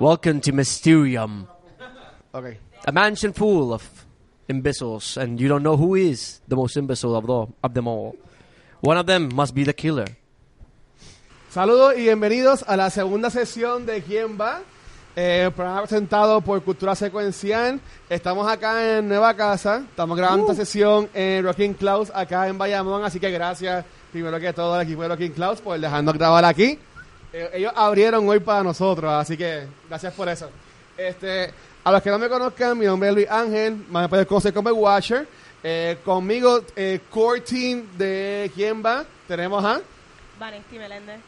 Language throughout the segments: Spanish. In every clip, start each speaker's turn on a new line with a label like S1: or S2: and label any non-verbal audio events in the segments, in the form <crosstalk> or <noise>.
S1: Welcome to Mysterium,
S2: Ok.
S1: a mansion full of imbeciles, and you don't know who is the most imbecile of, the, of them all. One of them must be the killer.
S2: Saludos y bienvenidos a la segunda sesión de ¿Quién va? Eh, programa presentado por Cultura Secuencial. Estamos acá en Nueva Casa. Estamos grabando esta sesión en Rocking Clouds acá en Bayamón. Así que gracias primero que todo al equipo de Rocking Clouds por dejarnos grabar aquí. Eh, ellos abrieron hoy para nosotros, así que gracias por eso. Este, a los que no me conozcan, mi nombre es Luis Ángel, más me puedes conocer como el Washer. Eh, conmigo, eh, core team de ¿Quién va? Tenemos a...
S3: Vanesti Meléndez.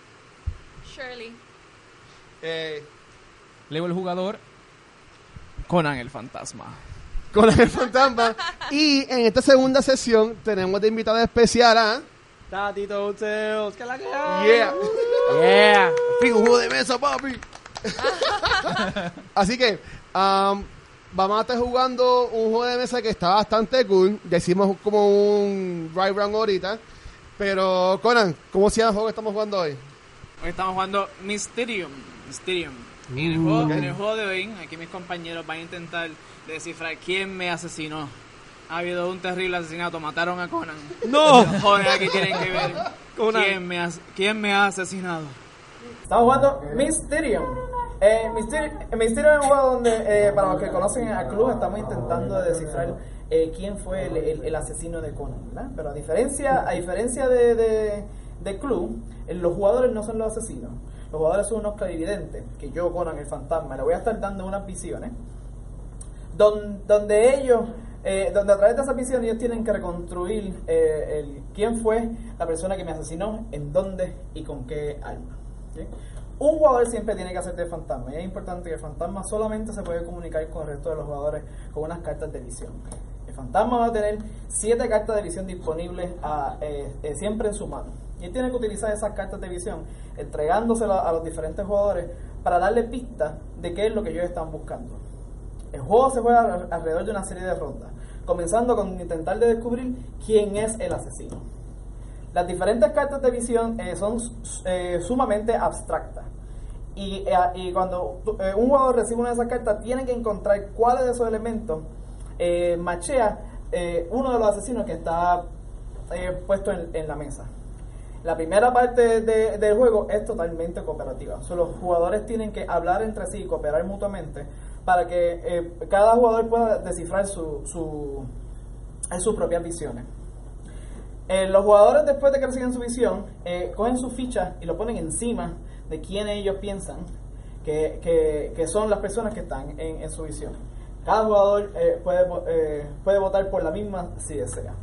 S3: Shirley.
S2: eh,
S4: Leo el jugador, Conan el fantasma.
S2: con el fantasma. Y en esta segunda sesión tenemos de invitada especial a.
S4: Tatito Zeus, que la que hay.
S2: Yeah.
S1: Yeah.
S2: de mesa, papi. Así que am, vamos a estar jugando un juego de mesa que está bastante cool. Ya hicimos como un right round ahorita. Pero, Conan, ¿cómo se llama el juego que estamos jugando hoy?
S4: Hoy estamos jugando Mysterium. Mysterium. En el, juego, en el juego de hoy, aquí mis compañeros van a intentar descifrar quién me asesinó. Ha habido un terrible asesinato, mataron a Conan.
S1: No.
S4: Joder, aquí tienen que ver quién me, as- quién me ha asesinado.
S5: Estamos jugando Mysterium. Eh, Mysterium, Mysterium es un juego donde, eh, para los que conocen al club, estamos intentando de descifrar eh, quién fue el, el- el asesino de Conan, ¿verdad? Pero a diferencia, a diferencia de, de, de club, eh, los jugadores no son los asesinos. Los jugadores son unos clarividentes, que yo, Conan, el fantasma, le voy a estar dando unas visiones don- donde ellos, eh, donde a través de esa visión ellos tienen que reconstruir eh, el, quién fue la persona que me asesinó, en dónde y con qué arma. ¿ok? Un jugador siempre tiene que hacer de fantasma y es importante que el fantasma solamente se puede comunicar con el resto de los jugadores con unas cartas de visión. El fantasma va a tener siete cartas de visión disponibles a, eh, eh, siempre en su mano. Y él tiene que utilizar esas cartas de visión, entregándoselas a los diferentes jugadores para darle pistas de qué es lo que ellos están buscando. El juego se juega al- alrededor de una serie de rondas, comenzando con intentar de descubrir quién es el asesino. Las diferentes cartas de visión eh, son s- eh, sumamente abstractas. Y, eh, y cuando tú- eh, un jugador recibe una de esas cartas, tiene que encontrar cuáles de esos elementos eh, machea eh, uno de los asesinos que está eh, puesto en- en la mesa. La primera parte de- del juego es totalmente cooperativa. O sea, los jugadores tienen que hablar entre sí y cooperar mutuamente para que eh, cada jugador pueda descifrar su, su, eh, sus propias visiones. Eh, los jugadores, después de que reciben su visión, eh, cogen sus fichas y lo ponen encima de quienes ellos piensan que, que- que son las personas que están en, en su visión. Cada jugador eh, puede, vo- eh, puede votar por la misma si desea.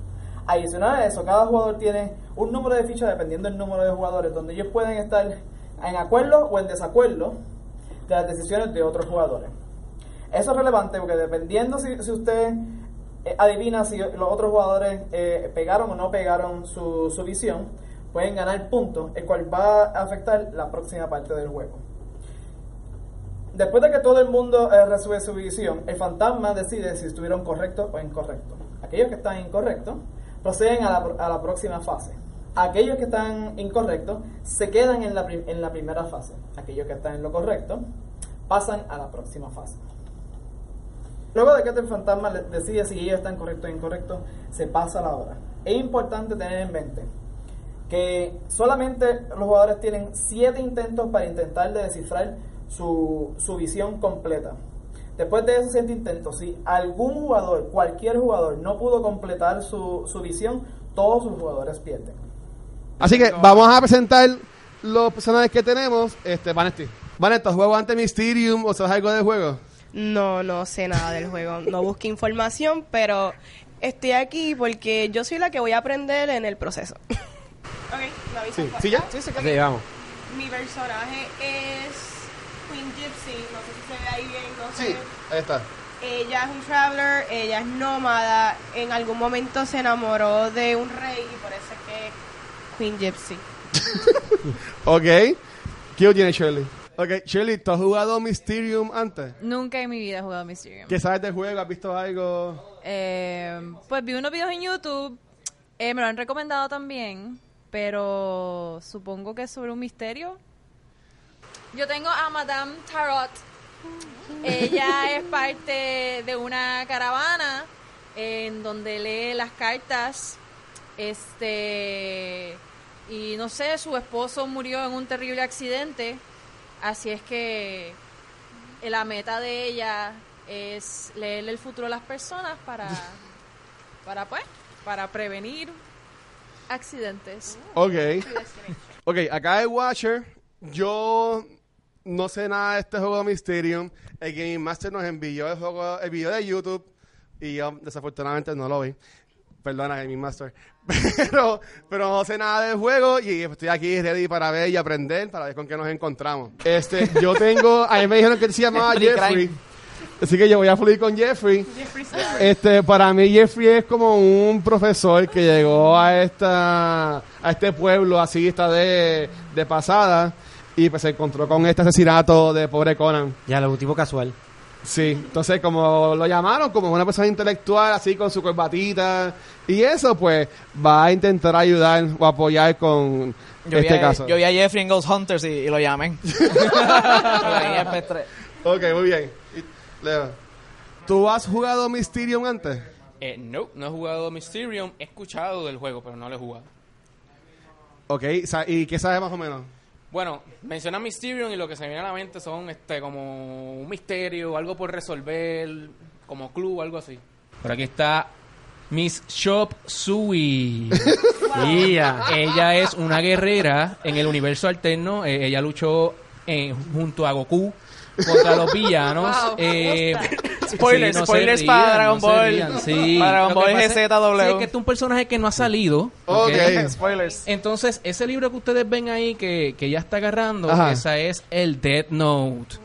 S5: Adicional a eso, cada jugador tiene un número de fichas dependiendo del número de jugadores, donde ellos pueden estar en acuerdo o en desacuerdo de las decisiones de otros jugadores. Eso es relevante porque dependiendo si, si usted eh, adivina si los otros jugadores eh, pegaron o no pegaron su, su visión, pueden ganar puntos, el cual va a afectar la próxima parte del juego. Después de que todo el mundo eh, recibe su visión, el fantasma decide si estuvieron correctos o incorrectos. Aquellos que están incorrectos proceden a la, pro- a la próxima fase. Aquellos que están incorrectos se quedan en la, prim- en la primera fase. Aquellos que están en lo correcto pasan a la próxima fase. Luego de que el fantasma le- decide si ellos están correctos o incorrectos, se pasa la hora. Es importante tener en mente que solamente los jugadores tienen 7 intentos para intentar de descifrar su, su visión completa. Después de esos 7 intentos, si algún jugador, cualquier jugador, no pudo completar su, su visión, todos sus jugadores pierden.
S2: Así que vamos a presentar los personajes que tenemos. Este, Vanesti. Vanessa, ¿juego ante Mysterium o sabes algo del juego?
S3: No, no sé nada del juego. No busqué información, pero estoy aquí porque yo soy la que voy a aprender en el proceso. ok, ¿me avisan,
S2: Sí.
S3: por
S2: ¿Sí ya?
S3: favor?
S2: Sí,
S3: Ok.
S1: vamos.
S3: Mi personaje es Queen Gypsy. No sé si se ve ahí bien, no sé.
S2: Sí, ahí está.
S3: Ella es un traveler, ella es nómada. En algún momento se enamoró de un rey y por eso es que es Queen Gypsy.
S2: Ok. ¿Qué tiene Shirley? Ok, Shirley, ¿tú has jugado Mysterium antes?
S6: Nunca en mi vida he jugado Mysterium.
S2: ¿Qué sabes del juego? ¿Has visto algo?
S6: Eh, pues vi unos videos en YouTube, eh, me lo han recomendado también, pero supongo que es sobre un misterio. Yo tengo a Madame Tarot, Ella es parte de una caravana en donde lee las cartas. Este. Y no sé, su esposo murió en un terrible accidente. Así es que eh, la meta de ella es leer el futuro a las personas
S2: <laughs>
S6: para. para pues. para prevenir accidentes.
S2: Ok. Ok, acá de Watcher, yo no sé nada de este juego de Mysterium. El Game Master nos envió el, juego, el video de YouTube y yo desafortunadamente no lo vi. Perdona, Gaming Master. <laughs> Pero, pero no sé nada del juego y estoy aquí ready para ver y aprender, para ver con qué nos encontramos. Este, yo tengo... A mí me dijeron que él se llamaba
S5: Free crime.
S2: Jeffrey. Así que yo voy a fluir con Jeffrey. Este, para mí Jeffrey es como un profesor que llegó a esta a este pueblo así está de, de pasada y pues se encontró con este asesinato de pobre Conan.
S7: Ya, lo tipo casual.
S2: Sí, entonces como lo llamaron como una persona intelectual así con su corbatita y eso pues va a intentar ayudar o apoyar con
S5: Yo,
S2: este
S5: vi a, E-
S2: caso.
S5: yo vi a Jeffrey en Ghost Hunters y, y
S4: <laughs>
S5: lo llamé. Lo llamé en MP3.
S2: Ok, muy bien. Y- Leo, ¿tú has jugado Mysterium antes?
S8: Eh, no, no he jugado Mysterium. He escuchado del juego, pero no lo he jugado.
S2: Ok, sa- ¿y qué sabes más o menos?
S8: Bueno, menciona Mysterium y lo que se me viene a la mente son este como un misterio, algo por resolver, como club, algo así. Por aquí está Miss Shop Sui. <laughs> Ella, ella es una guerrera en el universo alterno. eh, ella luchó eh, junto a Goku contra los villanos.
S6: Wow,
S8: eh,
S5: Spoilers,
S8: sí, no se
S5: spoilers
S8: rían,
S5: para
S8: no
S5: Dragon
S8: se
S5: Ball.
S8: rían, sí.
S5: Para Dragon
S8: Lo que
S5: Ball
S8: pasa es-
S5: GZW.
S8: sí, es que este es un personaje que no ha salido.
S2: Ok.
S5: Spoilers.
S8: Entonces, ese libro que ustedes ven ahí que, que ella está agarrando,
S2: Ajá.
S8: esa es el Death Note.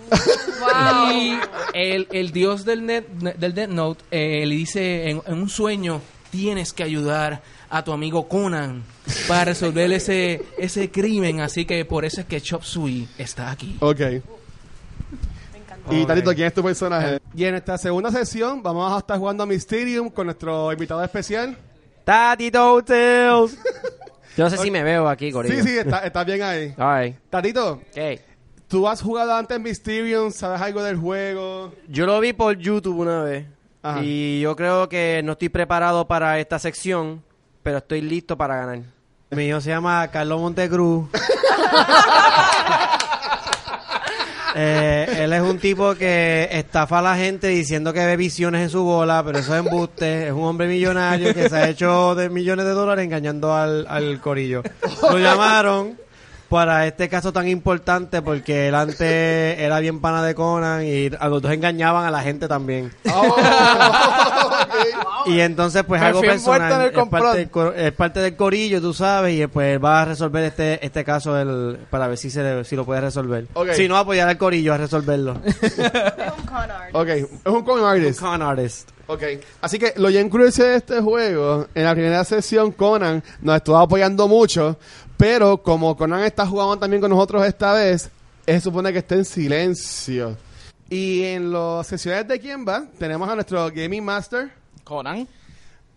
S8: Y el, el dios del, net, del Death Note eh, le dice en, en un sueño, tienes que ayudar a tu amigo Conan para resolver ese, ese crimen. Así que por eso es que Chop Suey está aquí.
S2: Ok. Y
S7: Ok.
S2: Tarito, ¿quién es tu personaje? Y en esta segunda sesión vamos a estar jugando a Mysterium con nuestro invitado especial.
S9: Tatito
S2: <laughs>
S9: Tales. Yo no sé si me veo aquí,
S2: Sí,
S9: Corillo.
S2: sí, está- estás bien ahí.
S9: All right.
S2: Tatito,
S9: Okay.
S2: ¿tú has jugado antes Mysterium? ¿Sabes algo del juego?
S9: Yo lo vi por YouTube una vez.
S2: Ajá.
S9: Y yo creo que no estoy preparado para esta sección, pero estoy listo para ganar.
S7: Mi hijo se llama Carlos Montecruz. Eh, él es un tipo que estafa a la gente diciendo que ve visiones en su bola, pero eso es embuste. Es un hombre millonario que se ha hecho de millones de dólares engañando al, al corillo. Lo llamaron para este caso tan importante porque él antes era bien pana de Conan y a los dos engañaban a la gente también.
S2: Oh. <laughs>
S7: Y
S5: Ah,
S7: entonces, pues
S5: Me
S7: algo
S5: fui envuelto en
S7: personal.
S5: el
S7: Es parte,
S5: complot.
S7: del, cor- es parte del corillo, tú sabes. Y pues va a resolver este este caso el, para ver si se le- si lo puede resolver.
S2: Ok.
S7: Si no, apoyar al corillo a
S5: <laughs>
S7: resolverlo.
S3: Es un con artist.
S2: Ok, es un con artist.
S7: Con artist.
S2: Ok. Así que lo bien cruel de este juego, en la primera sesión Conan nos estuvo apoyando mucho, pero como Conan está jugando también con nosotros esta vez, se supone que está en silencio. Y en las sesiones de quién va, tenemos a nuestro Gaming Master.
S8: Conan.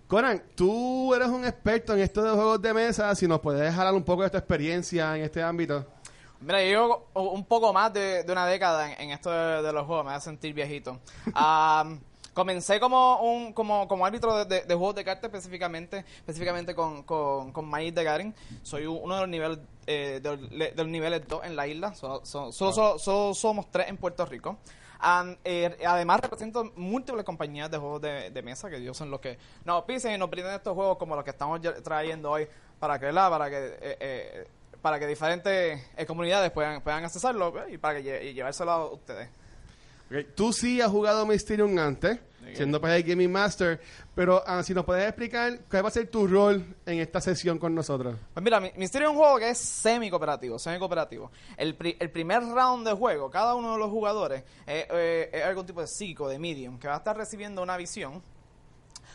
S2: Conan, tú eres un experto en estos juegos de mesa, si nos puedes hablar un poco de tu experiencia en este ámbito.
S5: Mira, yo llevo o- un poco más de, de una década en, en esto de, de los juegos, me a sentir viejito. Am, comencé como un como, como árbitro de, de- de juegos de cartas específicamente, específicamente con, con, con Magic the Gathering. Soy u- uno de los niveles eh, de, los le- de los niveles 2 en la isla, So- so- solo, solo- solo somos tres en Puerto Rico. Am, eh, además represento múltiples compañías de juegos de, de mesa que ellos son los que nos pisen y nos brindan estos juegos como los que estamos ya- trayendo hoy para que, ¿verdad? para que eh, eh, para que diferentes eh, comunidades puedan, puedan accesarlo eh, y para que lle- y llevárselo a ustedes.
S2: Ok, Tú sí has jugado Mysterium antes, siendo pues el Gaming Master, pero ah, si nos puedes explicar cuál va a ser tu rol en esta sesión con nosotros.
S5: Pues mira, Mi- Mysterio es un juego que es semi-cooperativo, semi-cooperativo. El, pri- el primer round de juego, cada uno de los jugadores eh, eh, es algún tipo de psico, de medium, que va a estar recibiendo una visión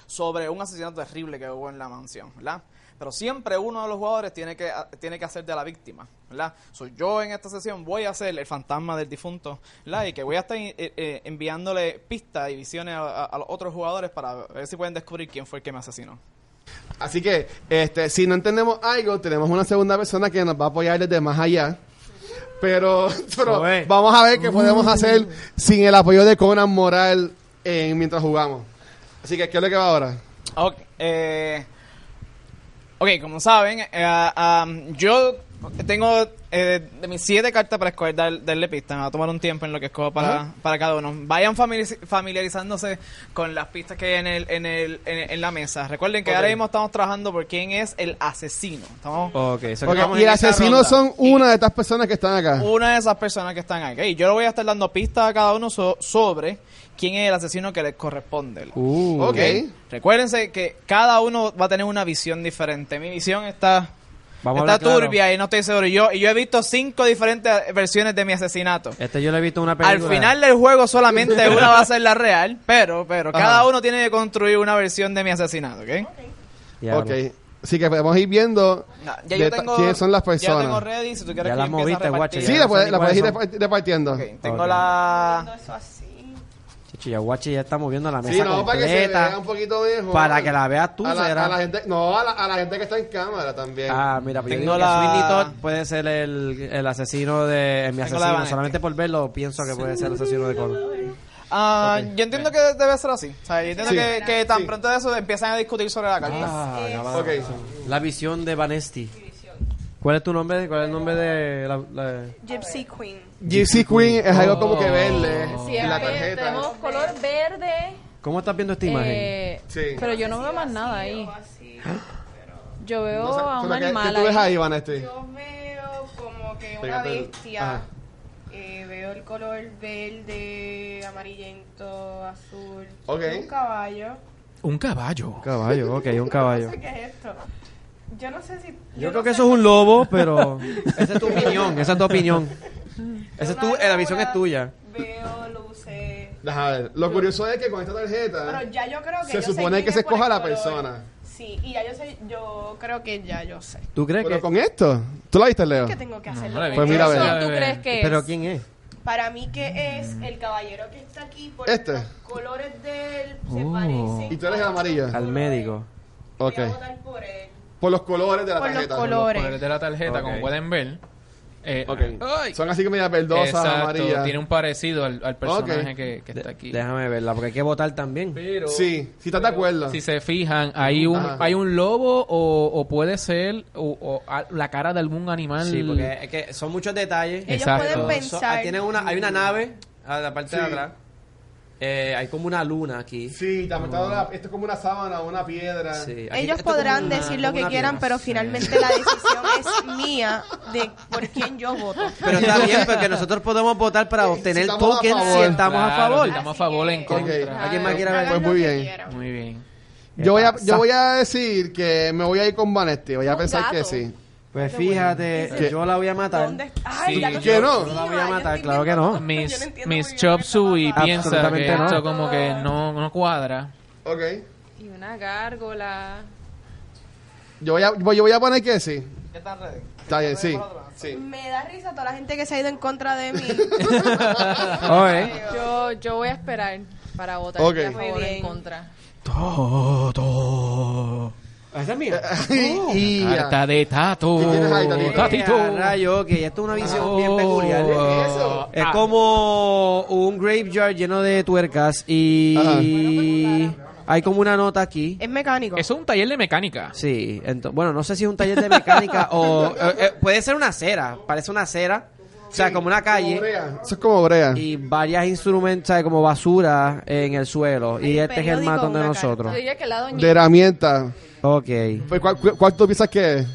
S5: sobre un asesinato terrible que hubo en la mansión, ¿verdad? Pero siempre uno de los jugadores tiene que, a- tiene que hacer de la víctima, ¿verdad? So, yo en esta sesión voy a ser el fantasma del difunto, ¿verdad? Y que voy a estar eh, eh, enviándole pistas y visiones a, a- a los otros jugadores para ver si pueden descubrir quién fue el que me asesinó.
S2: Así que, este, si no entendemos algo, tenemos una segunda persona que nos va a apoyar desde más allá Pero, <laughs> pero
S7: Joder.
S2: vamos a ver qué podemos hacer sin el apoyo de Conan Moral en- mientras jugamos. Así que, ¿qué es lo que va ahora?
S5: Ok, eh, ok, como saben, eh, ah, um, yo tengo eh, de mis siete cartas para escoger dar- darle pista. Me va a tomar un tiempo en lo que escojo para, para cada uno. Vayan familiariz- familiarizándose con las pistas que hay en, el, en, el, en, en la mesa. Recuerden que ahora mismo estamos trabajando por quién es el asesino. Estamos
S8: Oh.
S7: Ok, eso
S2: Ok,
S7: que estamos
S2: y
S7: en
S2: el
S7: esa ronda.
S2: asesino
S7: Oh.
S2: son una de estas personas que están acá.
S5: una de esas personas que están aquí. Y yo le voy a estar dando pistas a cada uno so- sobre quién es el asesino que les corresponde.
S7: Uh,
S2: ok.
S5: Recuérdense que cada uno va a tener una visión diferente. Mi visión está,
S7: Vamos a
S5: está
S7: hablar claro.
S5: turbia y no estoy seguro. Yo, y yo he visto cinco diferentes versiones de mi asesinato.
S7: Este yo lo he visto en una
S5: Al
S7: película.
S5: final del juego solamente una va a ser la real, pero, pero cada uno tiene que construir una versión de mi asesinato, ¿ok?
S7: Ya,
S2: ok. Así que podemos ir viendo
S5: No,
S2: de-
S5: ya yo tengo,
S2: quiénes son las
S5: Ya
S2: personas.
S5: tengo ready, si tú quieres
S7: Ya
S5: que
S7: las
S5: yo empiece a
S7: moviste, guache,
S5: repartir.
S2: sí,
S7: ya
S2: la
S7: no
S2: puedes,
S7: sé ni
S2: la puedes ir
S7: cuáles
S2: depar- departiendo.
S5: Ok, tengo
S7: Ok.
S5: la...
S3: Eso así.
S7: Chicho, ya Guachi ya está moviendo la mesa
S2: Sí, no, para que se
S7: completa.
S2: vea un poquito mejor.
S7: Para que la veas tú,
S2: a la,
S7: será.
S2: a la gente, no, a la, a la gente que está en cámara también.
S7: Ah, mira, pues yo
S5: Tengo
S7: digo que
S5: la-
S7: Sweeney Todd puede ser el, el asesino de mi
S5: la
S7: asesino.
S5: Vanity.
S7: Solamente por verlo pienso que puede ser el asesino de Conan.
S5: Ah, Yo entiendo que debe ser así. O sea, yo entiendo
S2: Sí.
S5: que, que tan
S2: Sí.
S5: pronto de eso empiezan a discutir sobre la carta.
S7: Ah, cabrón.
S2: ok.
S7: La visión de Vanesti. ¿Cuál es tu nombre? ¿Cuál es el nombre de la, la-
S3: Gypsy Queen.
S2: Gypsy Queen es algo como que verde
S6: Sí,
S2: en
S6: es
S2: la
S6: que
S2: tarjeta.
S6: tenemos color verde.
S7: ¿Cómo estás viendo esta imagen?
S6: eh,
S2: Sí.
S6: Pero yo no veo más nada ahí. Yo veo
S2: O sea,
S6: a un
S2: ¿qué-
S6: animal
S2: ¿Qué tú ves
S6: ahí.
S2: ahí, Vanesti?
S3: Yo veo como que una
S2: Pégate el- ah.
S3: bestia.
S2: ajá.
S3: Eh, veo el color verde, amarillento, azul.
S2: Ok.
S3: Un caballo.
S8: Un caballo.
S7: Caballo, ok, un caballo.
S3: ¿Qué es esto? Yo no sé si.
S7: Yo
S3: no
S7: creo que
S3: sé
S7: eso es un lobo, pero esa es tu opinión, esa es tu opinión. Esa es tu,
S3: Una
S7: eh, la visión
S3: lora,
S7: es tuya.
S3: Veo luces.
S2: Deja ver. Lo curioso es que con esta
S3: Pero
S2: tarjeta
S3: ya yo creo
S2: Ah.
S3: que.
S2: se
S3: yo sé
S2: supone
S3: quién
S2: que
S3: es
S2: se
S3: por el
S2: escoja la
S3: color.
S2: persona.
S3: Sí, y ya yo sé. Yo creo que ya yo sé.
S7: ¿Tú crees
S2: Pero
S7: que
S2: con esto, ¿tú la viste, Leo?
S3: ¿Qué tengo que hacer?
S8: la vi.
S2: Ah. Pues mira, a ver.
S6: ¿Tú crees que es?
S7: pero quién es?
S3: Para mí que es el caballero que está aquí por
S2: Este.
S3: los colores de él se
S7: Oh.
S3: parecen.
S2: Y tú eres el
S3: a
S2: amarillo.
S3: los
S7: Al médico.
S3: colores.
S2: Ok.
S3: Voy a votar por él.
S2: Por los colores de la
S3: Por los
S2: tarjeta.
S3: colores.
S8: Por el de la tarjeta,
S7: Ok.
S8: como pueden ver. eh, ay,
S2: Ok. Son así que media verdosas,
S8: exacto,
S2: amarillas.
S8: tiene un parecido al, al personaje
S2: Ok.
S8: que, que está aquí.
S7: Déjame verla, porque hay que votar también.
S8: Pero,
S2: Sí, si estás de acuerdo.
S7: Ah.
S8: si se fijan, hay un,
S2: Ajá.
S8: hay un lobo o, o puede ser o, o a- la cara de algún animal.
S7: Sí, porque es que son muchos detalles.
S3: Ellos
S8: Exacto.
S3: pueden
S7: So-
S3: pensar.
S7: ah, tiene una, hay una nave a la parte de
S2: Sí.
S7: atrás. Eh, hay como una luna aquí.
S2: Sí, te ha metido la- esto es como una sábana, una piedra.
S7: Sí, aquí-
S3: Ellos
S7: esto es como
S3: podrán
S7: una-
S3: decir
S7: como
S3: lo que
S7: una
S3: quieran,
S7: piedra.
S3: pero
S7: Sí.
S3: finalmente la decisión es mía de por quién yo voto.
S7: Pero está bien, porque nosotros podemos votar para obtener
S2: Eh, estamos a
S7: tokens si
S2: favor.
S7: estamos a
S8: Claro,
S7: favor.
S8: Estamos a
S3: Así
S8: favor
S3: que-
S8: en contra.
S2: Ok.
S7: ¿Alguien más quiere
S3: Hagan
S7: ver?
S2: Pues
S3: lo
S2: muy
S3: que
S2: bien.
S3: quieran.
S8: Muy bien.
S2: Yo voy, a, yo voy a decir que me voy a ir con Vanesti. Voy a
S6: Un
S2: pensar que
S6: gato.
S2: sí.
S7: Pues fíjate,
S2: ¿Qué?
S7: yo la voy a matar.
S3: ¿Dónde está? Ay,
S8: Sí,
S3: ya lo
S2: ¿qué no?
S3: sabía,
S7: Yo la voy a
S3: yo
S7: matar,
S3: estoy
S7: claro que
S3: viendo
S7: no.
S3: todo, yo
S8: Mis,
S3: entiendo muy
S8: Miss
S3: bien lo
S8: Chop
S3: que
S8: Suey
S3: está
S8: piensa que
S7: Absolutamente no.
S8: esto como que no, no cuadra.
S2: Ok.
S6: Y una gárgola.
S2: Yo voy a, yo voy a poner que sí.
S5: ¿Ya están ready?
S2: Está bien, sí.
S3: pasando.
S2: <laughs> Sí.
S3: Me da risa toda la gente que se ha ido en contra de
S8: <laughs>
S3: mí.
S7: Ok.
S6: Yo, yo voy a esperar para votar
S2: Ok.
S6: a favor
S3: Muy
S6: o en
S3: bien.
S6: contra.
S7: Esa es mía. Oh.
S2: y ya.
S8: Carta de Tato.
S2: ¿Qué tienes ahí, Tatito?
S8: Tatito.
S7: Ah, rayo, que esto es una visión bien
S8: Oh. Ah,
S7: peculiar. ¿eh?
S2: ¿Qué es eso?
S7: Es como un graveyard lleno de tuercas y hay como una nota aquí.
S3: es mecánico.
S8: Eso es un taller de mecánica.
S7: Sí, ento- bueno, no sé si es un taller de mecánica o eh, eh, puede ser una acera, parece una acera, o sea, como una
S2: Como
S7: calle
S2: brea. Eso es como brea.
S7: y varias instrumentos, ¿sabes? como basura en el suelo y
S3: Hay un
S7: este es el
S3: periódico,
S7: matón de
S3: una
S6: Yo
S7: nosotros.
S6: diría que la doñita.
S2: De herramienta.
S7: Ok,
S2: Pues, ¿Cuál, cu- cuál tú piensas que es?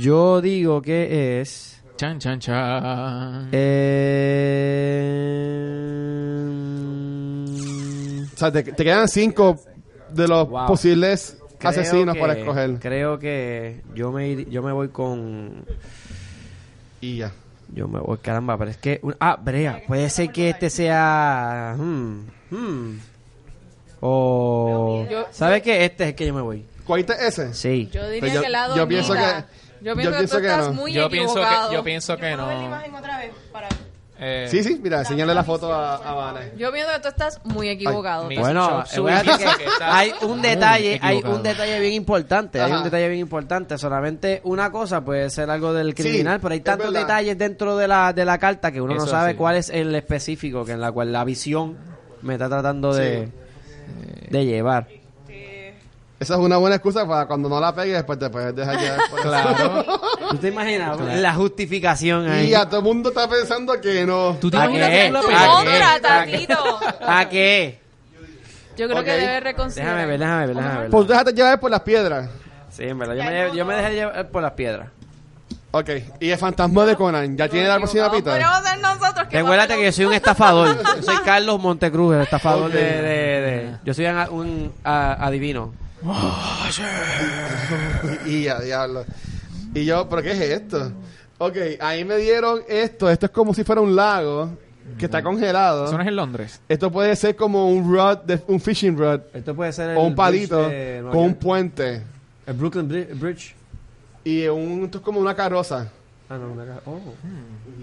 S7: yo digo que es...
S8: Chan, chan, chan.
S7: Eh...
S2: O sea, te, te quedan cinco de los
S7: Wow.
S2: posibles
S7: Creo
S2: asesinos
S7: que-
S2: para escoger.
S7: Creo que yo me ir- yo me voy con
S2: Y ya.
S7: yo me voy caramba, pero es que un- ah Brea, puede ser que este sea hmm, hmm. o
S6: Yo-
S7: sabes que este es el que yo me voy.
S2: ¿Cuál es ese?
S7: Sí.
S6: Yo diría
S2: Pues yo-
S6: que la
S2: yo
S6: doñita.
S2: pienso que-
S6: Yo
S2: yo
S6: pienso que
S2: pienso
S6: tú
S2: que
S6: estás
S2: no.
S6: muy
S8: Yo pienso
S6: equivocado.
S8: que, yo pienso que
S3: Yo puedo ver la
S8: no.
S3: imagen otra vez para-
S8: Eh,
S2: Sí, sí, mira, enseñale la foto a, a Vanessa.
S6: Yo viendo que tú estás muy equivocado.
S8: mi-
S7: Bueno, eh,
S8: Chop Suey
S7: voy a decir
S8: dice
S7: que
S8: que está-
S7: hay un detalle, hay
S8: equivocado.
S7: un detalle bien importante, hay
S2: Ajá.
S7: un detalle bien importante. Solamente una cosa puede ser algo del
S2: Sí,
S7: criminal, pero hay
S2: es
S7: tantos
S2: verdad.
S7: detalles dentro de la, de la carta que uno no
S8: Eso
S7: sabe
S8: sí.
S7: cuál es el específico, que en la cual la visión me está tratando de, de llevar.
S2: Esa es una buena excusa para cuando no la pegues, después te puedes dejar llevar por eso.
S8: Claro.
S7: ¿Tú te imaginas la justificación ahí?
S2: <laughs> Y a todo el mundo está pensando que no.
S8: ¿Tú te
S7: ¿A
S8: imaginas
S7: qué?
S8: que tú la
S7: ¿A
S8: pegas?
S6: Contra,
S7: qué? ¿A qué?
S6: Tatito.
S7: ¿A qué?
S6: Yo creo que
S2: Ok.
S6: debe reconsiderar.
S7: Déjame ver, déjame ver, déjame ver.
S2: Pues déjate llevar por las piedras.
S7: Sí, en verdad, yo me, lle- yo me dejé llevar por las piedras.
S2: Ok, y el fantasma de Conan, ¿ya tiene la próxima
S6: Vamos,
S2: pita?
S6: podemos ser nosotros que
S7: Recuérdate que yo soy un
S2: <laughs>
S7: estafador. Yo soy Carlos Montecruz, el estafador
S2: Ok.
S7: de, de- de- Yo soy un, un, a- adivino.
S2: <laughs> Y ya, diablo. Y yo, ¿pero qué es esto? Ok, ahí me dieron esto. Esto es como si fuera un lago que está
S8: Eso no
S2: congelado.
S8: es en Londres.
S2: Esto puede ser como un rod, de- un fishing rod,
S7: Esto puede ser
S2: o un palito, con un puente.
S7: el Brooklyn Bridge.
S2: Y un, esto es como una carroza.
S7: Ah, no, una ca- oh.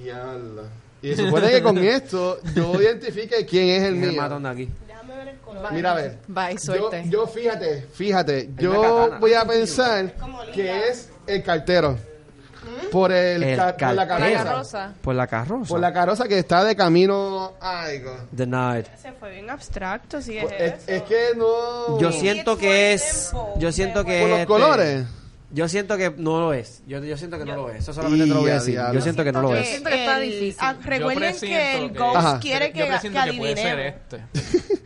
S2: Diablo. Y se supone que con esto yo identifique quién es el
S7: Me
S2: mío.
S7: matan de aquí.
S2: Mira a ver.
S6: Bye,
S2: Yo,
S6: suerte.
S2: yo fíjate, fíjate,
S7: una
S2: yo
S7: katana.
S2: voy a pensar que es el cartero. Por el,
S7: El
S2: ca- por la
S7: cartero.
S2: carroza.
S6: La rosa.
S7: Por la carroza.
S2: Por la carroza que está de camino a algo.
S7: Denied.
S3: Se fue bien abstracto, si
S7: Pues,
S3: es,
S2: Es,
S3: eso.
S2: es que no.
S7: Yo
S2: por
S7: siento que es. Yo siento que.
S2: los
S7: este-
S2: colores.
S7: Yo siento que no lo es. Yo, yo siento que no lo es. Eso solamente te lo voy a
S2: Ya,
S7: decir.
S2: diablo.
S7: Yo siento que no lo
S3: que
S7: es.
S6: Siento que está
S3: el-
S6: difícil.
S3: ah, recuerden que el Ghost
S2: Ajá.
S3: quiere que,
S8: yo
S3: que,
S8: presiento que puede ser
S3: adivinemos.
S8: este.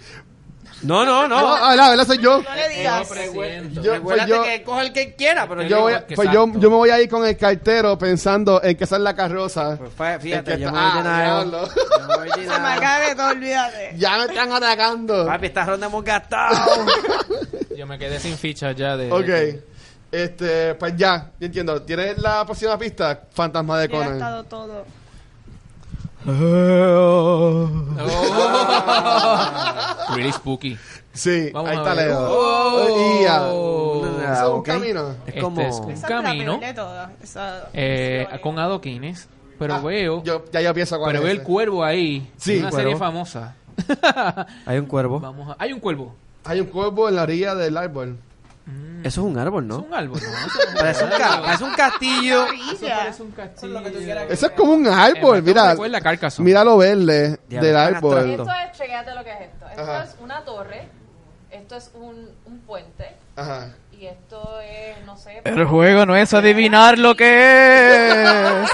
S7: No, no,
S2: No,
S7: no.
S2: ah, la verdad soy yo.
S3: No le
S2: Yo-
S3: digas.
S2: pues
S7: Recuérdate
S2: yo-
S7: que coja el que quiera, pero
S2: Yo,
S7: yo.
S2: voy a- pues yo, yo me voy a ir con el cartero pensando en que esa es la carroza.
S7: Pues fa-
S2: El
S7: Fíjate,
S2: que
S7: yo me voy
S2: está- ah,
S7: a llenar.
S2: diablo. Oh
S7: Yo me voy a
S3: Se me
S7: llenar.
S3: acaba de todo, olvídate.
S2: <laughs> Ya me están atacando.
S7: Papi, esta ronda hemos gastado.
S8: Yo me quedé sin ficha ya de.
S2: Ok. Este, pues ya, yo entiendo. ¿Tienes la próxima pista? Fantasma de
S3: Yo he
S2: Conan.
S3: gastado todo.
S2: Oh.
S8: <laughs> Really spooky.
S2: Sí,
S8: Vamos
S2: ahí
S8: a
S2: está
S8: ver.
S2: Leo.
S8: Oh.
S2: Y ya. Eso
S8: Ah,
S2: es un
S7: ok.
S2: camino.
S7: Es
S8: Este
S7: como.
S8: es un
S3: Esa
S8: camino
S3: Es la peor de todas. Esa-
S8: eh,
S3: esa es la
S8: con adoquines, pero
S2: Ah,
S8: veo,
S2: Yo, ya yo pienso cuál
S8: pero
S2: es
S8: veo el
S2: ese.
S8: cuervo ahí.
S2: Sí,
S8: una
S2: cuervo.
S8: serie
S2: <laughs>
S8: famosa.
S7: Hay un cuervo.
S8: Vamos a- Hay un cuervo.
S2: Hay un cuervo en la orilla del árbol.
S7: Eso es un árbol,
S8: Es
S7: ¿no?
S8: un árbol. ¿no? Eso no
S7: Parece un, ca- parece un castillo.
S8: Eso
S3: orilla.
S8: parece un castillo.
S2: Eso es como un árbol, mira.
S8: Eh, Recuerda Carcassonne.
S2: Mira lo verde
S7: Diablo,
S2: del
S7: están
S2: árbol.
S7: abstractos.
S6: Esto es, chequéate lo que es esto. Esto
S2: Ajá.
S6: es una torre, esto es un, un puente
S2: Ajá.
S6: y esto es, no sé,
S4: El juego no es adivinar lo que es.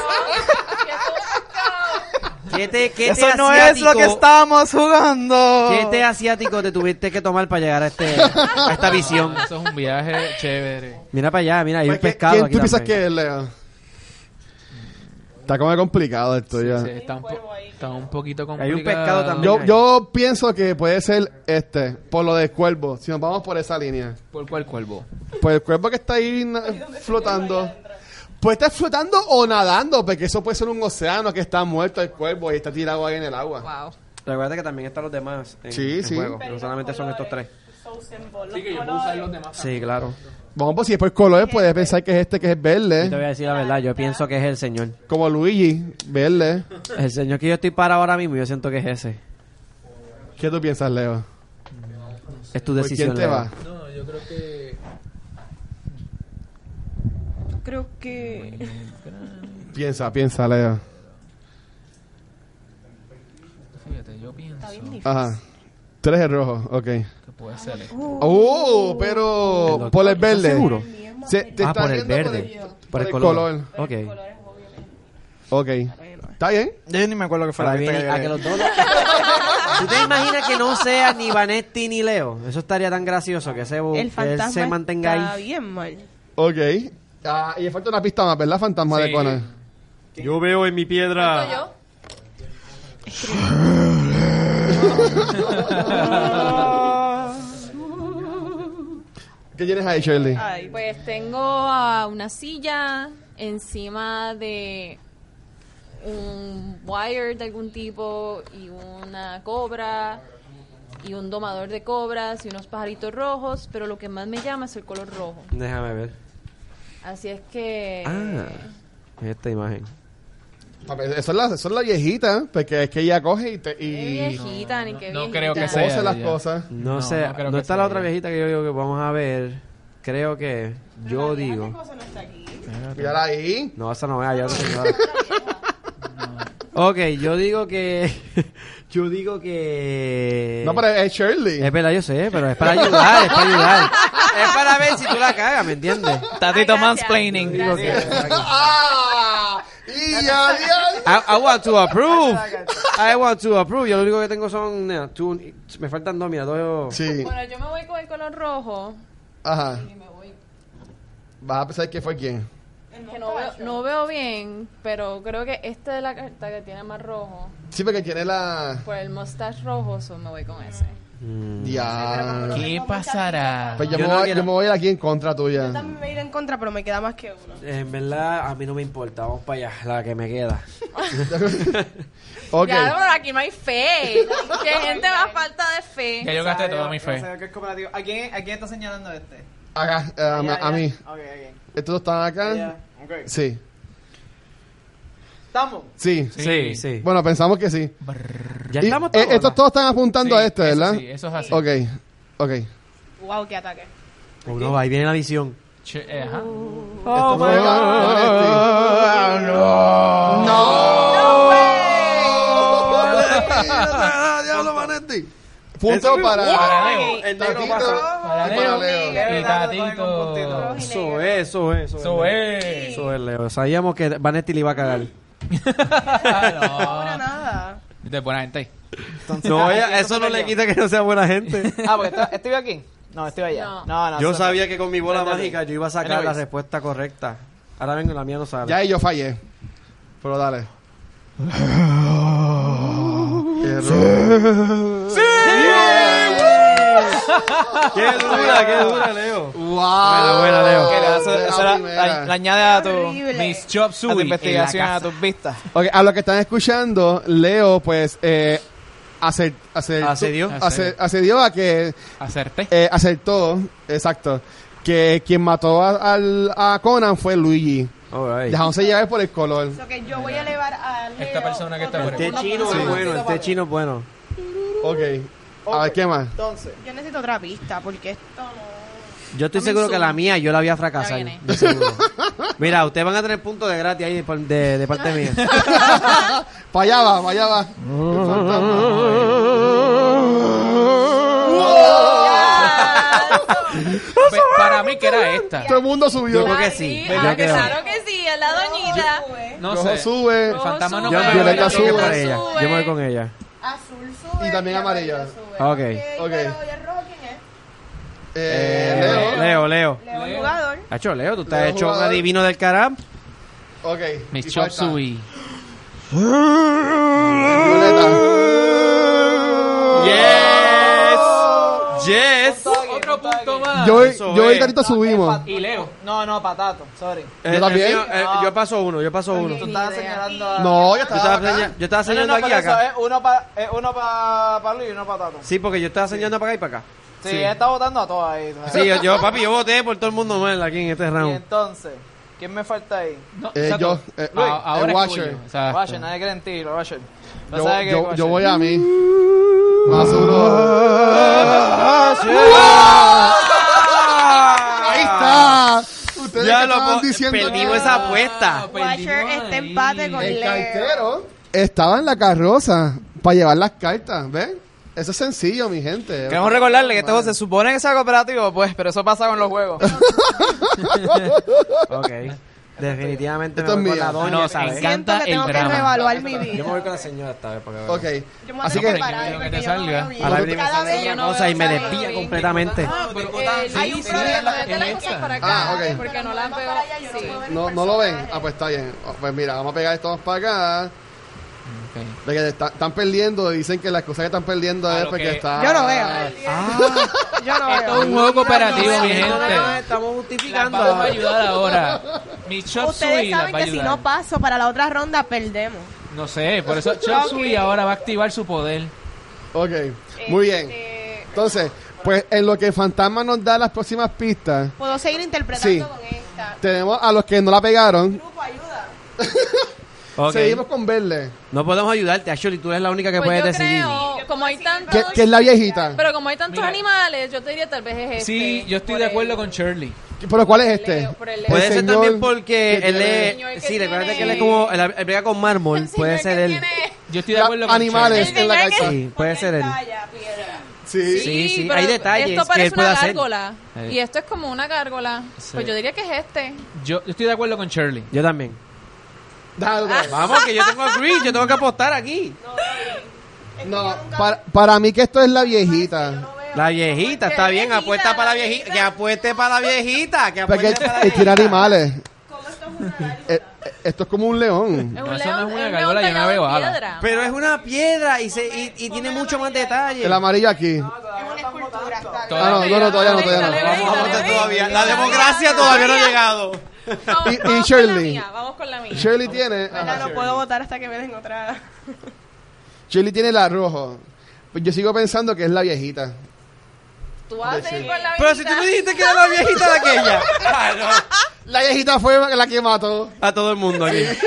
S7: ¿Qué te, qué te
S4: Eso no es lo que
S7: asiático-
S4: estamos jugando.
S7: ¿Qué té asiático te tuviste que tomar para llegar a, este, a esta visión?
S8: Eso es un viaje chévere.
S7: Mira para allá, mira, hay un
S2: Pues, ¿qué-
S7: pescado.
S2: ¿Quién
S7: aquí
S2: tú piensas
S7: también.
S2: que es, Leo? Está como complicado esto ya.
S8: Sí, está, un po- está un poquito
S7: Hay
S8: complicado.
S7: un pescado también.
S2: Yo, yo pienso que puede ser este, por lo del cuervo, si nos vamos por esa línea.
S8: ¿Por cuál cuervo?
S2: Pues el cuerpo que está ahí na- flotando. Puede estar flotando o nadando, porque eso puede ser un océano que está muerto el cuervo y está tirado ahí en el agua.
S6: Wow.
S7: Recuerda que también están los demás en,
S2: Sí,
S7: en
S2: sí.
S7: juego. No solamente son estos tres.
S3: So simple. Los
S8: los demás.
S7: Sí, claro.
S2: Vamos, pues si es por color, puedes pensar que es este que es
S7: Yo te voy
S2: verde,
S7: a decir la verdad, yo pienso que es el señor.
S2: como Luigi, verde.
S7: El señor que yo estoy para ahora mismo, yo siento que es ese.
S2: ¿Qué tú piensas, Leo?
S7: Es tu
S2: ¿Por
S7: decisión.
S2: Pues, quién te
S7: Leo.
S2: va?
S8: No, yo creo que.
S3: Creo que.
S2: Piensa, piensa, Leo.
S8: Fíjate, yo pienso
S2: Ajá. Tú eres el rojo, ok.
S8: que puede ser este.
S2: Oh, pero por el verde.
S7: seguro?
S2: Se- te
S7: Ah,
S2: está
S7: por el
S2: viendo
S7: verde.
S2: Por el color.
S7: Ok.
S2: Ok. ¿Está bien?
S4: Yo ni me acuerdo que fue
S7: Ahora
S4: la pista
S7: viene
S4: que
S7: a
S4: yo
S7: que
S4: leí.
S7: los dos. <laughs> ¿Tú te imaginas que no sea ni Vanetti ni Leo? Eso estaría tan gracioso que ese,
S3: El
S7: que él
S3: fantasma
S7: se mantenga
S3: está
S7: ahí.
S3: bien mal.
S2: Ok. Ah, y le falta una pista más, ¿verdad? Fantasma de
S8: Sí.
S2: Conan.
S7: Yo veo en mi piedra.
S6: Soy yo.
S2: ¿Qué tienes ahí, Shirley?
S3: Ay, pues.
S6: Pues tengo a una silla encima de un wire de algún tipo y una cobra y un domador de cobras y unos pajaritos rojos, pero lo que más me llama es el color rojo.
S7: Déjame ver.
S6: Así es que
S7: Ah, mira esta imagen.
S2: Eso es la, eso es la viejita, porque es que ella coge y... Te,
S6: Qué
S2: y
S6: viejita, ni qué
S8: no
S6: viejita.
S8: creo que
S2: te
S8: sea.
S2: pose las
S8: ya.
S2: cosas.
S7: No,
S8: No,
S7: sé,
S8: no
S7: no,
S8: creo que
S7: está la
S8: sea
S7: otra
S8: ella.
S7: viejita que yo digo que vamos a ver. Creo que yo digo.
S3: cosa no está aquí.
S2: Mírala ahí.
S7: No, esa no es allá. ok, yo digo que. <laughs> yo digo que.
S2: No, pero es Shirley.
S7: Es verdad, yo sé, pero es para ayudar, es para ayudar. Es para ver si tú la cagas, ¿me entiendes?
S6: Tatito
S4: Tatito
S6: Ay, gracias. mansplaining.
S4: mansplaining.
S7: Digo que-
S2: <laughs> ¡Ah! ¡Y ya, ya!
S7: I, I want to approve. I want to approve. Yo lo único que tengo son. mira, tú- me faltan dos, mira, dos.
S2: Sí,
S6: Bueno, yo me voy con el color rojo.
S2: ajá.
S6: y me voy-
S2: Vas a pensar que fue quién.
S6: Que no veo, no veo bien, pero creo que este de la carta que tiene más rojo,
S2: Sí, porque tiene la...
S6: por el mustache rojo, so me voy con ese.
S7: Mm.
S2: Ya.
S8: ¿Qué pasará?
S2: Pues yo,
S7: Yo
S2: me
S7: no
S2: voy,
S7: quiero-
S2: yo me voy a ir aquí en contra tuya.
S3: También me iré en contra, pero me queda más que uno.
S7: En verdad, a mí no me importa. Vamos para allá, la que me queda.
S2: Ok.
S6: Ya, bueno, aquí no hay fe.
S7: <laughs>
S6: Que gente va a falta de fe.
S8: Ya yo gasté toda mi
S5: O
S8: fe.
S5: sea, que es cooperativo. ¿A quién, ¿A quién está señalando este?
S2: Acá, eh, a, a mí. Ah.
S5: Ok, ok.
S2: Estos dos están acá.
S5: Ya, ok.
S2: Sí.
S5: Estamos.
S2: sí,
S8: Sí.
S2: Bueno, pensamos que sí.
S7: Ya
S2: Y,
S7: estamos
S2: eh,
S7: todos.
S2: estos todos están apuntando
S8: Sí,
S2: a este,
S8: eso
S2: ¿verdad?
S8: Sí, eso es así.
S2: Ok, ok.
S3: Wow, qué ataque.
S7: Oh, no, ahí viene la visión.
S8: Che, eh, ajá.
S2: Esto fue Honesty. ¡Oh!
S7: <laughs>
S2: Punto. Punto
S8: Ah,
S2: para.
S8: Para Leo.
S7: El
S2: Tatito
S7: negro
S2: y
S7: pasa.
S8: Para
S2: para
S8: Leo.
S2: Leo.
S8: Y Tatito.
S3: Rojo y
S7: Eso
S3: negro.
S7: es, eso es, eso
S8: Eso
S7: es.
S8: es. <laughs>
S7: Eso es, Leo. Sabíamos que Vanetti le iba a cagar.
S8: Ah,
S3: Ahora nada.
S8: De buena gente. <laughs>
S7: No, ella- eso no le quita que no sea buena gente.
S5: Ah, porque está- estoy aquí. No, estoy allá.
S6: No.
S5: No, no.
S7: Yo
S5: eso-
S7: sabía que con mi bola mágica yo iba a sacar la
S5: Anyways.
S7: respuesta correcta. Ahora vengo y la mía no sale.
S2: Ya y yo fallé.
S7: <laughs>
S2: Pero dale. Error.
S7: ¡Qué dura, qué dura, Leo!
S2: Wow.
S4: Ah,
S7: buena, Leo.
S5: Que le hace-
S2: De la
S5: eso la-
S2: primera.
S5: la- la añade a tu,
S3: Horrible.
S8: Mis Chop
S5: a tu
S8: Suey en la
S5: investigación, a
S8: casa.
S5: tus vistas.
S2: Ok, a los que están escuchando, Leo, pues, eh, acer- acer-
S7: Asedió.
S2: acer- Asedió a que
S8: Acerté.
S2: eh, acertó, exacto, que quien mató a, al- a Conan fue Luigi.
S7: Alright.
S2: Dejándose llevar por el color.
S3: Lo que yo voy a elevar a Leo.
S8: Esta persona que está
S7: El
S8: por
S7: té
S8: aquí.
S7: chino es bueno, el té chino es bueno.
S2: Ok. A ver, ¿qué más?
S5: Entonces,
S3: Yo necesito otra pista porque esto no.
S7: Yo estoy seguro que la mía yo la voy a fracasar.
S6: Ya viene.
S7: de seguro. Mira, ustedes van a tener puntos de gratis ahí de, par- de- de parte
S5: <laughs>
S7: mía.
S2: Para allá va, para allá va.
S8: Pe- Para mí que era esta.
S2: Todo el mundo subió.
S7: Yo creo que
S6: Ay,
S7: sí.
S6: ah,
S7: Yo creo.
S6: claro que sí, es la doñita.
S8: No
S2: Rojo
S8: sé.
S2: sube.
S6: Rojo
S8: fantasma no
S7: Yo me
S8: Yo
S7: voy
S2: Violeta
S8: me voy
S6: sube, Ah,
S7: con
S2: con sube.
S7: ella. Yo me voy con ella.
S3: Azul sube.
S2: Y también amarilla.
S3: sube.
S7: Ok.
S2: Ok.
S3: Pero ¿y el rojo quién es?
S2: Eh, Leo.
S7: Leo, Leo.
S3: Leo, el
S8: Leo.
S3: jugador.
S7: Hacho, Leo, tú estás
S2: Leo,
S7: hecho un
S2: jugador.
S7: adivino del caramba.
S2: Ok.
S8: Mis
S2: Y
S8: Chop
S2: falta.
S8: Suey.
S2: Violeta.
S7: Yes. Yes.
S8: Otro punto más.
S2: Yo, y-
S7: Eso
S2: yo y
S7: es.
S2: Tatito subimos.
S5: Y Leo. No, no, patato, sorry.
S7: Eh, el
S2: también.
S7: mío, eh,
S5: No.
S7: yo paso uno, yo paso uno.
S5: Tú
S7: Yo
S5: estabas señalando a.
S2: No, ya estaba.
S7: estaba,
S2: acá.
S7: seña- yo estaba
S5: No, no,
S7: señalando
S5: no,
S7: aquí
S5: por eso
S7: acá.
S5: es uno para uno pa Pablo y uno para Tato. Sí,
S7: Sí, porque yo estaba señalando para acá y para acá.
S5: ella está votando a todas ahí. ¿sabes?
S7: Sí, yo, yo, papi, yo voté por todo el mundo mal aquí en este
S5: Y
S7: round.
S5: entonces, ¿quién me falta ahí?
S8: No,
S2: Eh, yo,
S8: exacto.
S2: eh, Luis,
S8: A- ahora
S2: el
S8: es
S2: Watcher.
S8: tuyo,
S7: Ah,
S8: exacto.
S5: Roger, nadie cree en ti, Roger. No
S2: Yo,
S5: sabes qué
S2: yo-
S5: Roger.
S2: yo voy a mí. Más
S7: Ah,
S2: uno. Ahí está. Ustedes
S7: Ya
S2: que
S7: lo
S2: estaban
S7: po-
S2: diciendo
S7: perdimos
S2: que-
S7: esa apuesta.
S8: Pues
S3: Watcher
S8: este
S3: está empate con
S2: El
S3: Leo.
S2: cartero estaba en la carroza para llevar las cartas, ¿ven? Eso es sencillo, mi gente.
S5: <laughs> Queremos recordarle que este juego se supone que sea cooperativo, pues, pero eso pasa con los juegos.
S7: Ok. Definitivamente
S2: Esto
S7: me
S2: es
S7: voy con
S2: mío.
S7: la doña,
S8: Nos
S7: ¿sabes?
S3: Siento
S8: encanta.
S3: que tengo
S8: el
S3: que
S8: drama.
S3: reevaluar mi vida.
S7: Yo me voy con la señora esta vez porque...
S2: Ok.
S3: Yo me voy a
S2: Así
S3: tener
S2: que-
S3: que parar,
S8: Yo creo que
S3: porque
S8: te
S3: yo no
S8: salga.
S3: veo bien.
S7: A la primera
S3: Cada vez
S7: sale
S3: yo
S7: una
S3: no
S7: cosa y
S3: veo
S7: me
S3: bien.
S7: despilla completamente.
S6: Eh, Hay un problema de las cosas para acá.
S2: Ah, ok.
S6: Porque no las veo. sí.
S2: No, no lo ven. Ah, pues está bien. Oh, Pues mira, vamos a pegar esto más para acá.
S8: Ok.
S2: De que está- están perdiendo, dicen que las cosas que están perdiendo
S8: A
S2: es
S8: lo
S2: porque
S8: que-
S2: está.
S3: Yo no veo. Yo no
S8: Esto es
S3: veo.
S8: un juego cooperativo, mi
S7: No,
S8: gente.
S7: Estamos
S8: Las
S7: justificando.
S8: vamos a ayudar <laughs> ahora. Mi Chop
S3: Ustedes
S8: Suey las
S3: saben
S8: va a
S3: que si no
S8: ayudar.
S3: paso para la otra ronda, perdemos.
S8: No sé, por eso Chop Suey ahora va a activar su poder.
S2: Ok, muy bien. Entonces, pues en lo que el fantasma nos da las próximas pistas,
S3: Puedo seguir
S2: Sí.
S3: interpretando con esta.
S2: tenemos a los que no la pegaron.
S3: Grupo, ayuda.
S7: Ok.
S2: Seguimos con verle.
S7: No podemos ayudarte, actually, tú eres la única que
S6: Pues
S7: puede
S6: yo
S7: decidir.
S6: creo, como hay tantos...
S2: Que, que es la viejita.
S6: Pero como hay tantos
S4: Mira.
S6: animales, yo te diría tal vez es este.
S8: Sí, yo estoy
S6: por
S8: de
S6: el-
S8: acuerdo con Shirley.
S2: ¿Pero cuál es
S6: Por el-
S2: este?
S6: por el-
S2: Pues-
S7: Puede ser
S2: señor
S7: también porque
S2: que
S7: él
S2: tiene-
S7: es.
S6: Señor que
S7: sí, recuerda que él
S6: tiene-
S7: es como. Él él brega con mármol.
S6: el
S7: puede
S6: señor
S7: ser
S6: que
S7: él.
S6: tiene-
S8: Yo estoy de acuerdo con
S2: animales
S6: Shirley.
S2: en la
S6: El
S2: carta.
S7: Sí, puede ser él.
S2: Sí.
S7: Sí, sí,
S6: pero
S7: hay detalles
S6: Esto
S7: que
S6: parece
S7: él puede
S6: una
S7: hacer.
S6: gárgola.
S7: Eh.
S6: Y esto es como una gárgola. Pues yo diría que es este.
S8: Shirley. Yo, yo estoy de acuerdo con Shirley.
S7: Yo también.
S2: Dale.
S7: Vamos, que yo tengo green, yo tengo que apostar aquí.
S2: No, para, para mí que esto es la viejita.
S7: La viejita, está bien, apuesta para la viejita. Que apueste para la viejita. Que
S2: Porque
S7: apueste
S2: él,
S7: para la
S2: <laughs> él
S7: viejita.
S2: tiene animales.
S3: esto
S2: <laughs>
S3: es una
S2: Eh, eh, Esto es como un león.
S6: Es un
S8: No, eso
S6: león,
S8: no es una
S6: un león
S8: gárgola, yo no
S6: tallado
S8: veo
S6: en
S8: alas.
S6: piedra.
S7: Pero es una piedra y, se, y, y tiene mucho más detalle.
S2: El amarillo aquí.
S3: escultura, está bien.
S2: Ah, no, no, no, todavía no, todavía no.
S6: Dale,
S7: Vamos a
S6: dale,
S7: votar
S6: dale.
S7: todavía. La democracia todavía no ha llegado.
S6: Vamos-
S2: Y- y
S6: vamos con la
S2: Shirley.
S6: mía, Vamos con la mía.
S2: Shirley tiene.
S3: ¿Verdad?
S2: ajá.
S3: No puedo votar hasta que me den otra.
S2: Shirley tiene la rojo. Pues Yo sigo pensando que es la viejita.
S6: Tú vas a seguir con la
S7: Pero si tú me dijiste que era la viejita de aquella. <laughs> Ah, no.
S2: La viejita fue la que mató. <laughs>
S7: A todo el mundo aquí.
S6: Tienes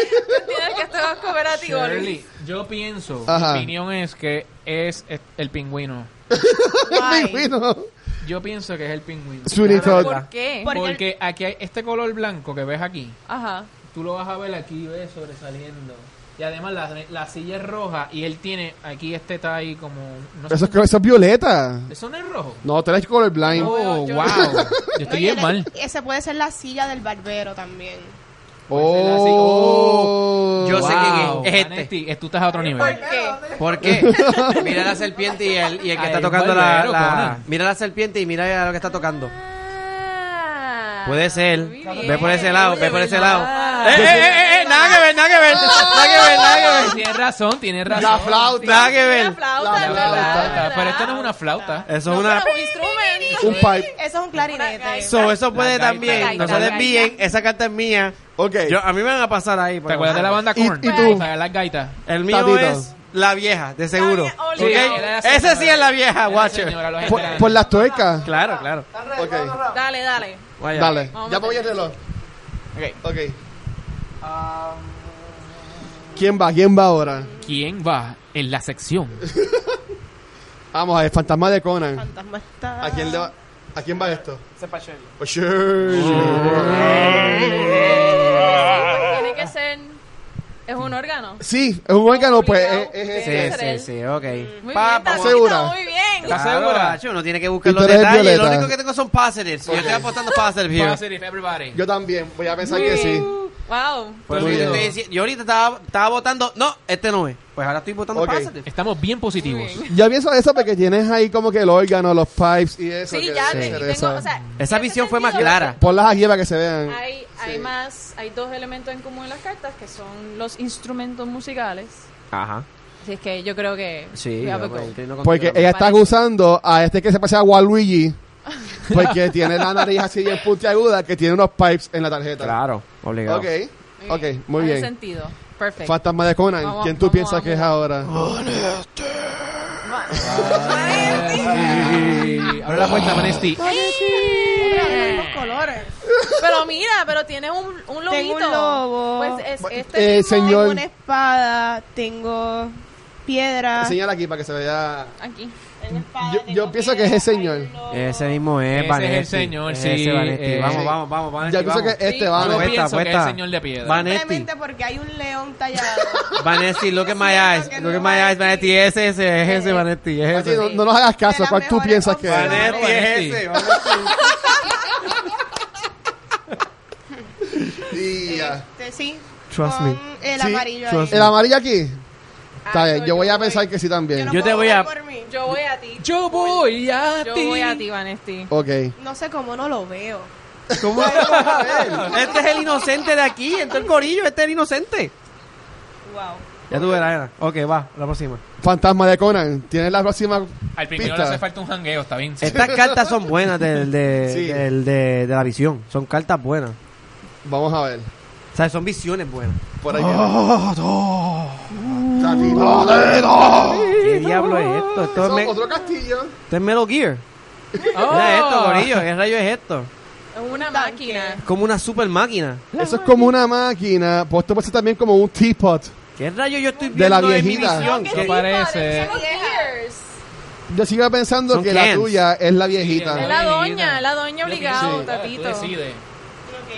S6: que estar cooperativo, Luis.
S8: Shirley, yo pienso,
S2: Ajá.
S8: mi opinión es que es es el pingüino.
S3: Guay.
S2: Pingüino.
S8: Yo pienso que es el pingüino.
S2: Sweeney Todd.
S6: ¿Por qué?
S3: Porque-
S8: Porque aquí hay este color blanco que ves aquí,
S6: Ajá.
S8: tú lo vas a ver aquí, ves sobresaliendo. Y además la, la silla es roja y él tiene aquí este está ahí como no sé
S2: Eso es, eso es violeta.
S8: ¿Eso no es rojo?
S2: No, tú eres colorblind.
S8: Oh, wow. Yo estoy bien
S3: Oye,
S8: mal.
S3: la- Esa puede ser la silla del barbero también.
S7: pues,
S8: ser así.
S2: Oh.
S7: Yo sé
S8: Wow.
S7: quién es. Es este.
S8: Vanetti, eh, tú estás a otro nivel.
S7: ¿Por qué? <laughs> Mira la serpiente y el, y el que
S8: Ay,
S7: está tocando la,
S8: barbero,
S7: la-
S8: Conan.
S7: Mira la serpiente y mira lo que está tocando.
S6: Ah,
S7: Puede ser.
S6: muy bien.
S7: Ve por ese lado, ve por ese lado.
S6: Ah.
S7: ¡Eh, eh, eh, eh! Nada que ver, nada que ver. Nada que ver, nada que ver.
S8: Tienes razón, tienes razón.
S2: La flauta.
S7: Nada que
S6: La
S7: ver.
S6: flauta,
S2: La
S6: es
S2: flauta. Eh,
S6: verdad,
S8: Flauta,
S6: es
S8: Pero esto
S6: verdad.
S8: no es una flauta.
S7: Eso es
S6: No,
S7: una.
S6: pero un instrumento.
S2: Un pipe.
S3: Eso es un clarinete.
S7: So, eso puede
S8: gaita.
S6: La
S7: también.
S6: gaita,
S7: No se
S6: la
S7: desvíen. Esa carta es mía.
S2: Ok.
S7: Yo, a mí me van a pasar ahí. por
S8: ¿Te acuerdas de la
S7: favor.
S8: banda
S2: ¿Y-
S8: Korn?
S2: y tú?
S8: O sea, las gaitas.
S7: El mío
S2: Tatito.
S7: es la vieja, de seguro.
S6: vie-
S7: ¿Ok?
S6: Sí,
S8: era la
S7: Ese
S8: señora.
S7: sí es la vieja,
S8: Era la
S7: guacho.
S8: señora, los
S2: Ah, Por,
S8: veteranos.
S2: por las tuercas.
S7: Claro, claro.
S2: Ok.
S6: Dale, dale.
S7: Vaya.
S2: Dale.
S6: Vamos
S2: Ya
S6: a
S2: me voy el reloj.
S8: Ok.
S2: Ok.
S7: Um,
S2: ¿Quién va? ¿Quién va ahora?
S8: ¿Quién va en la sección?
S2: Vamos a ver, fantasma de Conan.
S3: Fantasma está.
S2: ¿A quién, le va, ¿a quién va esto?
S4: Sepa Shirley.
S2: Pues
S7: Oh.
S2: Shirley.
S6: Pues
S3: <laughs>
S6: tiene que ser. Es un órgano.
S2: Sí, es un órgano, pues es, es
S6: Obligado.
S2: ese.
S7: Sí,
S6: Tiene que ser
S7: sí,
S6: él.
S7: sí, ok.
S6: Muy
S7: Pa-
S6: bien, Tatito,
S2: segura.
S6: Muy bien.
S8: ¿Estás
S7: Claro,
S8: segura?
S2: Ah,
S7: macho, uno tiene que buscar
S2: Y tú
S7: los
S2: eres
S7: detalles.
S2: Violeta.
S7: Lo único que tengo son positives. Yo estoy apostando positives here.
S8: Positive, everybody.
S2: Yo también, voy a pensar que sí.
S6: Wow.
S7: Pues
S2: Muy
S7: yo,
S2: bien.
S7: estoy dici- yo ahorita estaba, estaba votando. No, este no es. Pues ahora estoy votando
S2: Ok.
S7: positive.
S8: Estamos bien positivos.
S2: Yo pienso eso porque tienes ahí como que el órgano, los pipes y eso.
S6: Sí,
S2: que
S6: ya
S2: debe
S6: te-
S2: ser
S6: tengo,
S2: esa.
S6: o sea,
S7: Esa
S6: en
S7: visión
S6: ese
S7: fue más
S6: sentido,
S7: clara.
S2: Ponlas aquí para que se vean.
S6: Hay, hay más, hay dos elementos en común en las cartas que son los instrumentos musicales.
S7: Ajá.
S6: Así es que yo creo que.
S7: Sí, pues,
S6: we have a
S7: yo me
S6: go.
S7: inclino con
S2: Porque
S7: Violeta.
S2: ella está acusando a este que se parece a Waluigi. Porque tiene la nariz así bien puntiaguda que tiene unos pipes en la tarjeta.
S7: Claro, obligado.
S2: Ok, ok, muy
S6: Hace
S2: bien.
S6: sentido. Perfecto.
S2: Fantasma de Conan,
S6: Vamos,
S2: ¿quién tú
S6: vamos,
S2: piensas
S6: vamos.
S2: que es ahora? Ah.
S8: Abre la puerta, Manesti.
S3: Otra
S6: Eh.
S3: vez, los colores.
S6: Pero mira, pero tiene un, un lobito.
S3: Tengo un lobo.
S6: Pues es
S2: Eh,
S6: este. mismo-
S2: señor-
S3: Tengo una espada, tengo piedra.
S2: Señala aquí para que se vea.
S6: Aquí.
S2: Yo- yo pienso que es ese señor.
S7: Ese mismo es,
S8: Ese es
S7: Vanetti.
S8: el señor,
S7: Ese
S8: sí,
S7: Vanetti.
S8: eh,
S7: vamos,
S8: sí.
S7: vamos, vamos, Vanetti,
S2: Yo pienso
S7: vamos.
S2: que este va.
S8: Yo
S2: ¿no?
S7: Apuesta,
S8: pienso que es el
S7: apuesta.
S8: señor de piedra.
S7: Vanetti.
S3: Simplemente porque hay un león tallado.
S2: <laughs>
S7: Vanetti, look at my eyes.
S3: que
S7: Look
S3: no
S7: at my
S3: va a
S7: eyes, Vanetti. Ese, ese, es ese, Vanetti. eh. Es
S2: Así,
S7: ese.
S2: no, no nos hagas caso,
S3: De
S2: ¿cuál
S3: las
S2: tú
S3: mejores
S2: piensas que
S3: opciones.
S2: es?
S3: Vale.
S7: Vanetti es ese. Vanetti.
S2: Día.
S3: Este, sí.
S7: Trust
S3: con
S7: me.
S3: El
S2: Sí,
S3: amarillo
S7: trust
S3: ahí.
S2: ¿El amarillo aquí? Está
S3: Ah,
S2: bien,
S3: no,
S2: yo voy a
S3: voy.
S2: pensar que sí
S3: Yo
S2: también.
S3: no
S7: Yo te
S3: puedo
S7: voy a-
S3: votar por mí.
S6: Yo voy a ti.
S8: Yo voy a ti.
S6: Yo voy a ti, Vanesti.
S2: Ok.
S3: No sé cómo no lo veo.
S7: ¿Cómo es? Este es el inocente de aquí. Entra el corillo. Este es el inocente.
S3: Wow.
S7: Ya tú verás, Ana. Ok, va, la próxima.
S2: Fantasma de Conan, tienes la próxima.
S8: Al primero le
S2: Pista.
S8: hace falta un jangueo, está bien.
S7: Estas cartas son buenas del, de,
S2: Sí.
S7: del- de, de la visión. Son cartas buenas. O
S2: Vamos a ver.
S7: sea, son visiones pues. buenas.
S2: <laughs> Por ahí. Ah, Tatito.
S7: ¿Qué diablo es esto? Esto es,
S2: Eso,
S7: me-
S2: Otro castillo. Oh.
S7: esto es Metal Gear. Mira esto, corillo. ¿Qué rayo es esto?
S6: Oh, Es una
S3: Un tanque.
S6: máquina.
S7: Como una super máquina.
S2: Eso es como una máquina, puesto puede ser también como un teapot.
S1: ¿Qué rayo yo estoy viendo
S2: De la
S1: en mi
S2: viejita.
S1: visión?
S8: No parece.
S6: Son gears.
S2: Yo sigo pensando
S1: Son
S2: que la
S1: cans.
S2: tuya es la viejita.
S8: Sí, la
S6: Es la
S8: viejita.
S6: doña, es la doña obligado,
S2: Sí.
S8: Tú
S6: Tatito.
S8: decides.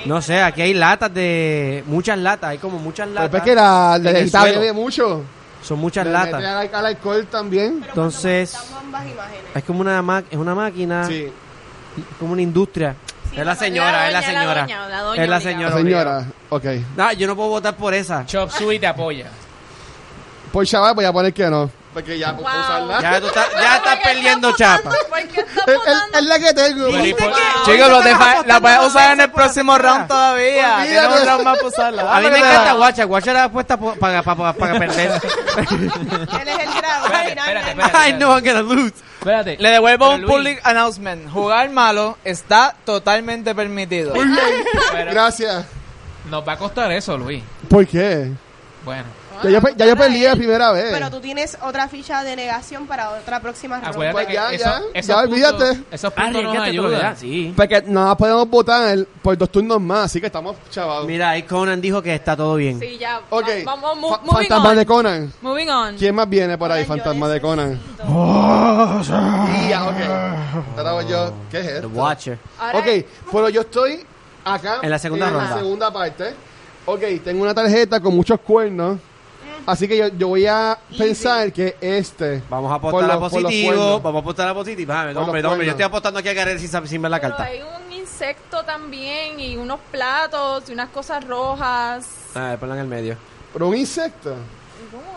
S7: No sé, aquí hay latas de... Muchas latas, hay como muchas
S2: Pero
S7: latas.
S2: es que la, la
S7: En el
S2: viejita
S7: suelo.
S2: bebe mucho.
S7: Son muchas
S2: Le
S7: latas.
S2: mete al, al alcohol también.
S7: Entonces-
S3: Están ambas imágenes.
S7: Es como una, ma- es una máquina,
S2: Sí.
S7: es como una industria. es la señora, es la
S6: doña, la
S7: señora.
S6: doña, la doña
S7: es la
S6: obligado.
S2: La
S7: señora.
S2: señora. Ok.
S7: No, yo no puedo votar por esa.
S8: Chop Suey te apoya.
S2: Por chaval Pues voy a poner que no. Porque ya puedo
S6: Wow.
S2: usarla.
S7: Ya, tú estás, ya
S6: <laughs>
S7: estás perdiendo chapa.
S6: ¿Por qué estás
S2: Es, es-
S6: votando?
S2: es la que tengo.
S8: Pero, ¿y por-
S4: Chicos, lo deja- la voy a usar en el próximo round todavía.
S2: Olvídate.
S4: Tenemos un round más para
S2: Ah,
S4: usarla.
S7: A mí me encanta Guacha. Guacha era apuesta po- para, para, para
S2: <laughs>
S7: perder.
S3: Él es el tirado.
S8: Espérate, espérate,
S3: finalmente.
S8: <laughs> espérate.
S7: I'm gonna lose.
S8: Espérate.
S4: Le devuelvo
S8: Pero
S4: un
S8: Luis,
S4: public announcement. Jugar malo está totalmente permitido.
S8: pero
S2: Gracias.
S8: Nos va a costar eso, Luis.
S2: ¿Por qué?
S8: Bueno,
S2: Ya yo, pe- ya yo
S3: para
S2: perdí la
S3: él.
S2: primera vez.
S3: Pero tú tienes otra ficha de negación para otra próxima ronda.
S8: acuérdate
S2: Pues
S8: que
S2: ya,
S8: eso-
S2: ya,
S8: esos
S2: ya,
S8: puntos-
S2: olvídate.
S8: Esos puntos nos
S1: Arriesgate tu vida,
S8: ayudan.
S1: sí.
S2: Porque nada más podemos votar por dos turnos más, así que estamos chavados.
S7: Mira, ahí Conan dijo que está todo bien.
S6: Sí, ya.
S2: Ok.
S6: Va- Ah, Vamos, mu-
S2: Fa-
S6: moving
S2: Fantasma
S6: on.
S2: de Conan.
S6: Moving on.
S2: ¿Quién más viene por ahí,
S3: Conan, yo
S2: Fantasma de
S3: necesito.
S2: Conan? Y ya, ok. Ahora voy yo. ¿Qué es
S7: The
S2: esto?
S7: Watcher.
S6: Ahora,
S2: Ok, pero yo estoy acá.
S7: En la segunda
S2: en
S7: ronda.
S2: la segunda parte. Ok, tengo una tarjeta con muchos cuernos.
S6: Mm.
S2: Así que yo, yo voy a pensar que este.
S7: Vamos a
S2: Por
S7: apostar
S2: los-
S7: a
S2: por los
S7: positivo.
S2: cuernos.
S7: Vamos a apostar a positivo. Ah,
S2: Por
S7: hombre,
S2: los
S7: hombre, yo
S2: cuernos.
S7: estoy apostando aquí a Garel sin, sab- sin ver la
S6: Pero
S7: carta.
S6: hay un insecto también y unos platos y unas cosas rojas.
S7: Ah, ponla en el medio.
S2: Pero un insecto.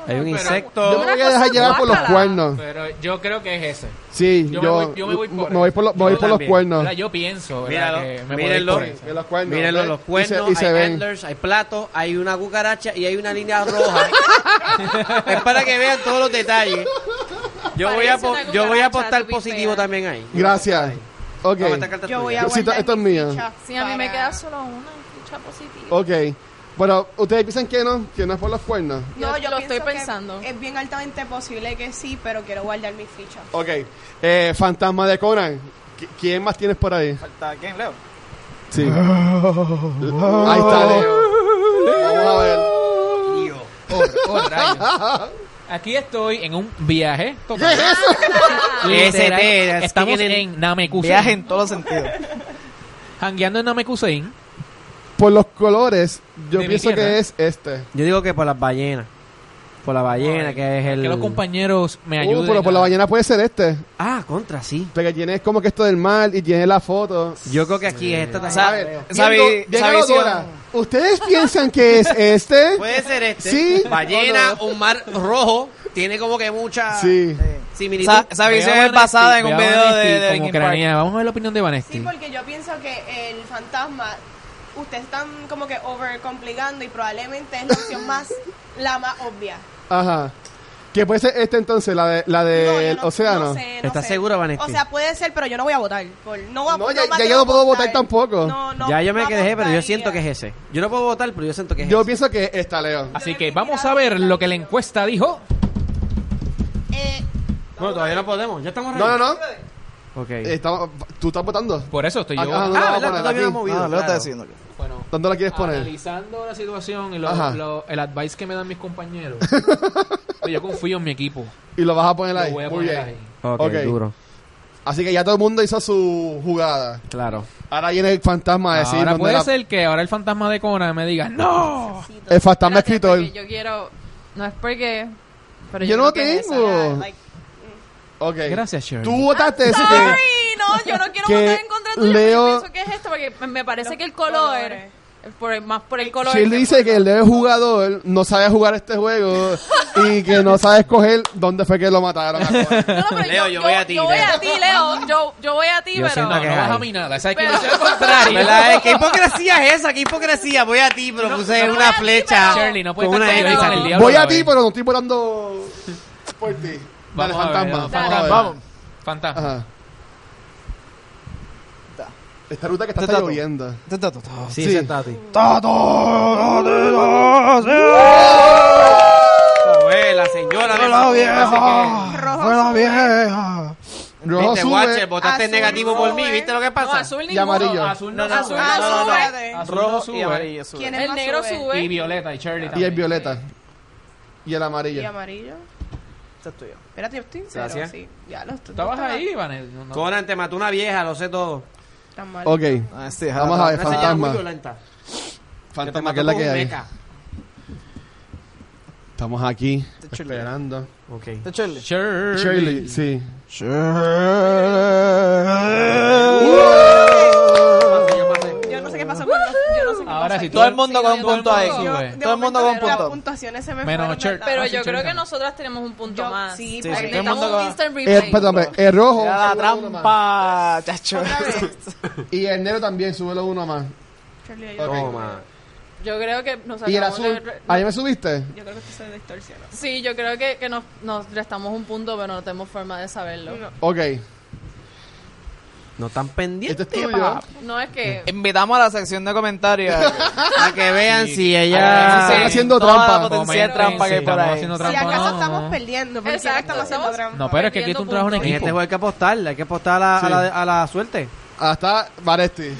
S7: Hay un
S8: Pero-
S7: insecto.
S2: Yo me
S6: Una
S2: voy a dejar
S6: cosa
S2: llevar por los
S6: guácala.
S2: cuernos.
S8: Pero yo creo que es ese.
S2: Sí, yo,
S8: Yo me voy- yo me voy por
S2: me voy por, los- me voy
S7: Yo
S2: por los
S7: también.
S2: cuernos.
S8: ¿Verdad? Yo pienso.
S7: Míralo,
S8: ¿verdad? que me voy
S7: mírenlo.
S8: por ese.
S2: De los cuernos.
S7: Mírenlo,
S2: ¿ves?
S7: los
S2: Y se,
S7: cuernos,
S2: y se
S7: hay
S2: ven.
S7: antlers, hay platos, hay una cucaracha y hay una línea roja. <laughs> es para que vean todos los detalles. Yo voy, a
S6: Parece
S7: po-
S6: una
S7: yo voy
S6: cucaracha,
S7: a apostar
S6: tú,
S7: positivo
S6: fea.
S7: también ahí.
S6: <laughs>
S2: Gracias. Ok.
S7: No, esta carta es
S3: Yo
S7: tuya.
S3: voy a
S2: Sí,
S3: guardar
S2: esta es
S3: mi
S2: mía.
S3: ficha
S6: Sí, a mí me
S3: para-
S6: queda solo una escucha positiva. <laughs>
S2: Ok. Pero ustedes piensan que no, que no es por los cuernos.
S3: No,
S6: Yo
S3: yo
S6: lo estoy
S3: pienso que
S6: pensando.
S3: Es bien altamente posible que sí, pero quiero guardar mis fichas.
S2: Ok. Eh, Fantasma de Conan. ¿qui- ¿Quién más tienes por ahí?
S4: ¿Falta quién, Leo?
S2: Sí. Ahí está Leo. Vamos a ver.
S8: Oh, oh, rayos. Aquí estoy en un viaje. ¿Qué es eso?
S7: ST,
S8: Estamos
S7: tienen
S8: en Namekusein.
S4: Viaje en todos los sentidos.
S8: Hangueando en Namekusein.
S2: Por los colores, yo
S8: De mi
S2: pienso
S8: tierra.
S2: que es este.
S7: Yo digo que por las ballenas. Por la ballena, que es el.
S8: Que los compañeros me
S2: Uh,
S8: ayuden.
S2: pero por la
S8: a-
S2: mañana puede ser este.
S7: Ah, contra, sí.
S2: Porque tiene como que esto del mar y tiene la foto.
S7: Yo creo que aquí es esta
S4: O
S7: tarjeta.
S4: sea,
S2: A ver,
S4: esa vi-
S2: viendo-
S4: esa
S2: viendo
S4: visión.
S2: ahora, ¿Ustedes piensan que es este?
S7: Puede ser este.
S2: Sí.
S7: Ballena, un mar rojo. Tiene como que mucha
S2: Oh, Sí.
S7: similitud.
S4: Esa, esa
S8: Veo a
S4: visión es
S8: Vanesti,
S4: basada en un
S8: veo a
S4: video de,
S8: Vanesti
S4: de
S8: como
S4: Linkin Park.
S8: ucraniana. Vamos a ver la opinión de
S3: Sí,
S8: Vanesti.
S3: porque yo pienso que el fantasma, ustedes están como que overcomplicando y probablemente es la
S2: <laughs>
S3: opción más, la más obvia.
S2: Ajá. ¿Qué puede ser este entonces? La de la
S3: No, yo
S2: del
S3: no-
S2: océano.
S3: no sé, no
S7: ¿Estás
S3: sé.
S7: segura, Vanesti?
S3: O sea, puede ser, pero yo no voy a votar. por- no, voy a-
S2: No, ya-
S3: más
S2: ya
S3: que
S2: yo no puedo votar tampoco.
S3: No, no,
S7: ya yo me
S3: no
S7: quedé, pero yo
S3: apostaría.
S7: siento que es ese. Yo no puedo votar, pero yo siento que es
S2: Yo
S7: ese.
S2: pienso que es esta, Leo.
S8: Así
S3: Yo
S8: que
S3: le
S8: vamos
S3: tiraba
S8: a ver
S3: la
S8: lo que la
S3: opción.
S8: encuesta dijo.
S3: Eh,
S7: Bueno, todavía no podemos. Ya estamos
S2: No, no, no.
S7: no. Ok.
S2: Estamos- tú estás votando.
S8: Por eso estoy yo.
S2: Acá, ¿dónde
S7: ah,
S2: la vas
S7: ¿verdad?
S2: a
S7: Tú
S2: poner?
S7: también has
S2: Aquí.
S7: movido.
S4: No, Leo está
S7: claro.
S4: diciendo que-
S8: Bueno,
S2: ¿Dónde la quieres poner?
S8: analizando Ah, la situación y lo-
S2: Ajá.
S8: lo- el advice que me dan mis
S2: <laughs>
S8: compañeros. yo confío en mi equipo.
S2: Y lo vas a poner
S8: Lo
S2: ahí.
S8: voy a
S2: Muy
S8: poner
S2: bien.
S8: ahí.
S7: Ok,
S2: Ok.
S7: duro.
S2: Así que ya todo el mundo hizo su jugada.
S7: Claro.
S2: Ahora viene el fantasma a decir
S8: ahora
S2: dónde
S8: puede
S2: la-
S8: ser que ahora el fantasma de Conan me diga ¡No!
S2: El fantasma
S6: Espérate,
S2: escritor.
S6: porque Yo quiero. No es porque. Pero
S2: Yo
S6: yo,
S2: no
S6: creo que es esa.
S2: tengo.
S3: like,
S2: Ok.
S8: Gracias, Sherry.
S2: Tú votaste ese que-
S6: Sorry, no, yo no quiero
S2: que
S6: votar en contra tuyo.
S2: Leo-
S6: Yo pienso que es esto porque me- me parece que el color,
S3: colores.
S6: por el- más por el color.
S2: Si él <laughs>
S6: que
S2: dice
S6: por-
S2: que el de jugador no sabe jugar este juego y que no sabe escoger dónde fue que lo mataron. a Conan.
S6: No, no, pero
S7: Leo, yo voy a ti,
S6: Yo voy
S7: Leo.
S6: a ti, Leo. Yo, yo voy a ti,
S7: Yo
S6: pero.
S7: siento
S8: No,
S7: que
S8: no
S7: hay.
S8: vas a mí nada. Esa es que
S6: Pero-
S8: yo soy al contrario.
S7: ¿Verdad? Eh, ¿Qué hipocresía es esa? ¿Qué hipocresía? Voy a ti, pero puse
S6: no voy a
S7: una
S6: ti,
S7: flecha.
S6: pero-
S8: Shirley, no puedes
S7: Con
S8: estar
S7: una
S8: tan
S7: L.
S8: en el diablo.
S2: Voy
S8: la
S2: a ti,
S8: vez.
S2: pero no estoy volando por ti. Dale,
S8: Vamos a ver,
S2: fantasma.
S8: vamos,
S2: vamos a ver.
S8: Vamos. Fantasma.
S2: Ajá. Esta ruta que
S4: Este
S2: está, está
S4: está tú.
S2: lloviendo.
S4: Ta, ta, ta, ta.
S7: Sí,
S2: Sí.
S7: ese está a ti.
S1: Yo
S4: Oh,
S7: Joder, la señora de-
S3: rojo
S10: rueda vieja.
S2: Rojo
S5: Viste,
S2: sube.
S5: guache, votaste
S3: Azul
S5: negativo por mí,
S3: sube.
S5: ¿viste lo que
S6: No,
S5: pasa?
S6: azul
S2: Y
S6: ninguno.
S2: amarillo.
S8: Azul no,
S6: Azul
S8: sube.
S5: no,
S6: no
S5: no,
S6: sube.
S5: no.
S8: Azul
S5: Rojo
S8: no
S5: y
S8: sube.
S5: amarillo sube.
S3: ¿Quién es
S6: El
S3: más
S6: negro sube.
S8: Y violeta y Shirley
S2: Y
S8: también.
S2: el violeta. Y el
S3: Y
S2: amarillo.
S3: amarillo.
S5: Ese es tuyo.
S3: Espérate, yo estoy sincero,
S5: Gracias.
S3: sí. Ya lo estoy.
S8: Estabas ahí, Vanel. No, no.
S7: Conan, te mató una vieja, lo sé todo.
S3: Tan mal.
S2: Ok.
S5: Ah, sí,
S2: Vamos a ver,
S7: Una señora muy
S2: fantasma.
S7: violenta. te
S2: Fantasma,
S7: mató
S2: que es la
S7: con
S2: que
S7: un
S2: hay.
S7: meca.
S2: Estamos aquí,
S5: Shirley.
S2: esperando.
S7: Ok.
S5: Este es Shirley.
S8: Shirley.
S2: Shirley, sí.
S3: Yo no sé qué pasó con los. Yo no sé qué
S8: Ahora
S3: pasó
S8: sí,
S3: aquí.
S5: Todo el mundo con
S6: Sí,
S5: un punto ahí.
S6: todo el
S3: Yo,
S8: sube.
S3: de
S5: Todo el mundo
S3: momento
S5: con un
S3: de- Las
S5: punto.
S3: puntuaciones se me
S8: Menos
S3: fueron.
S8: Cher.
S3: ¿verdad?
S6: Pero
S8: Ah, sí,
S6: yo creo
S8: Shirley.
S6: que nosotras tenemos un punto
S3: Yo-
S6: más.
S3: sí,
S5: Sí,
S3: porque
S5: sí. Todo
S6: Necesitamos
S5: el mundo
S6: un
S5: va-
S6: instant
S2: Eh,
S6: replay.
S2: espérame, el rojo.
S5: Era la
S2: súbelo uno más.
S5: trampa, chacho.
S3: Otra vez.
S2: Y el negro también, súbelo uno más.
S3: Shirley, yo-
S7: Toma.
S6: Yo creo que nos
S2: Y el
S6: acabamos
S2: azul.
S6: de-
S2: ¿Ahí me subiste?
S3: Yo creo que esto se distorsionó.
S6: Sí, yo creo que, que nos, nos restamos un punto, pero no tenemos forma de saberlo. No,
S3: No.
S2: Ok.
S7: No tan
S2: Este
S7: pendiente.
S2: es tuyo.
S6: es que...
S5: Eh, Invitamos a la sección de <laughs> comentarios.
S7: Para que vean si
S8: Ah,
S7: ella.
S8: sí,
S2: Están
S8: sí.
S2: haciendo
S5: Toda la
S2: trampa.
S5: potencia de trampa que hay por
S8: Estamos
S5: ahí.
S8: haciendo
S3: Si
S8: trampa,
S3: acaso
S8: no.
S3: estamos perdiendo, porque
S6: Exacto.
S3: estamos haciendo
S6: Estamos-
S3: trampa.
S8: No, pues. pero es que aquí tú trabajas
S7: En
S8: en equipo.
S7: este juego hay que apostar, hay que apostar a la,
S2: Sí.
S7: a la, a la suerte.
S2: Hasta Varesti.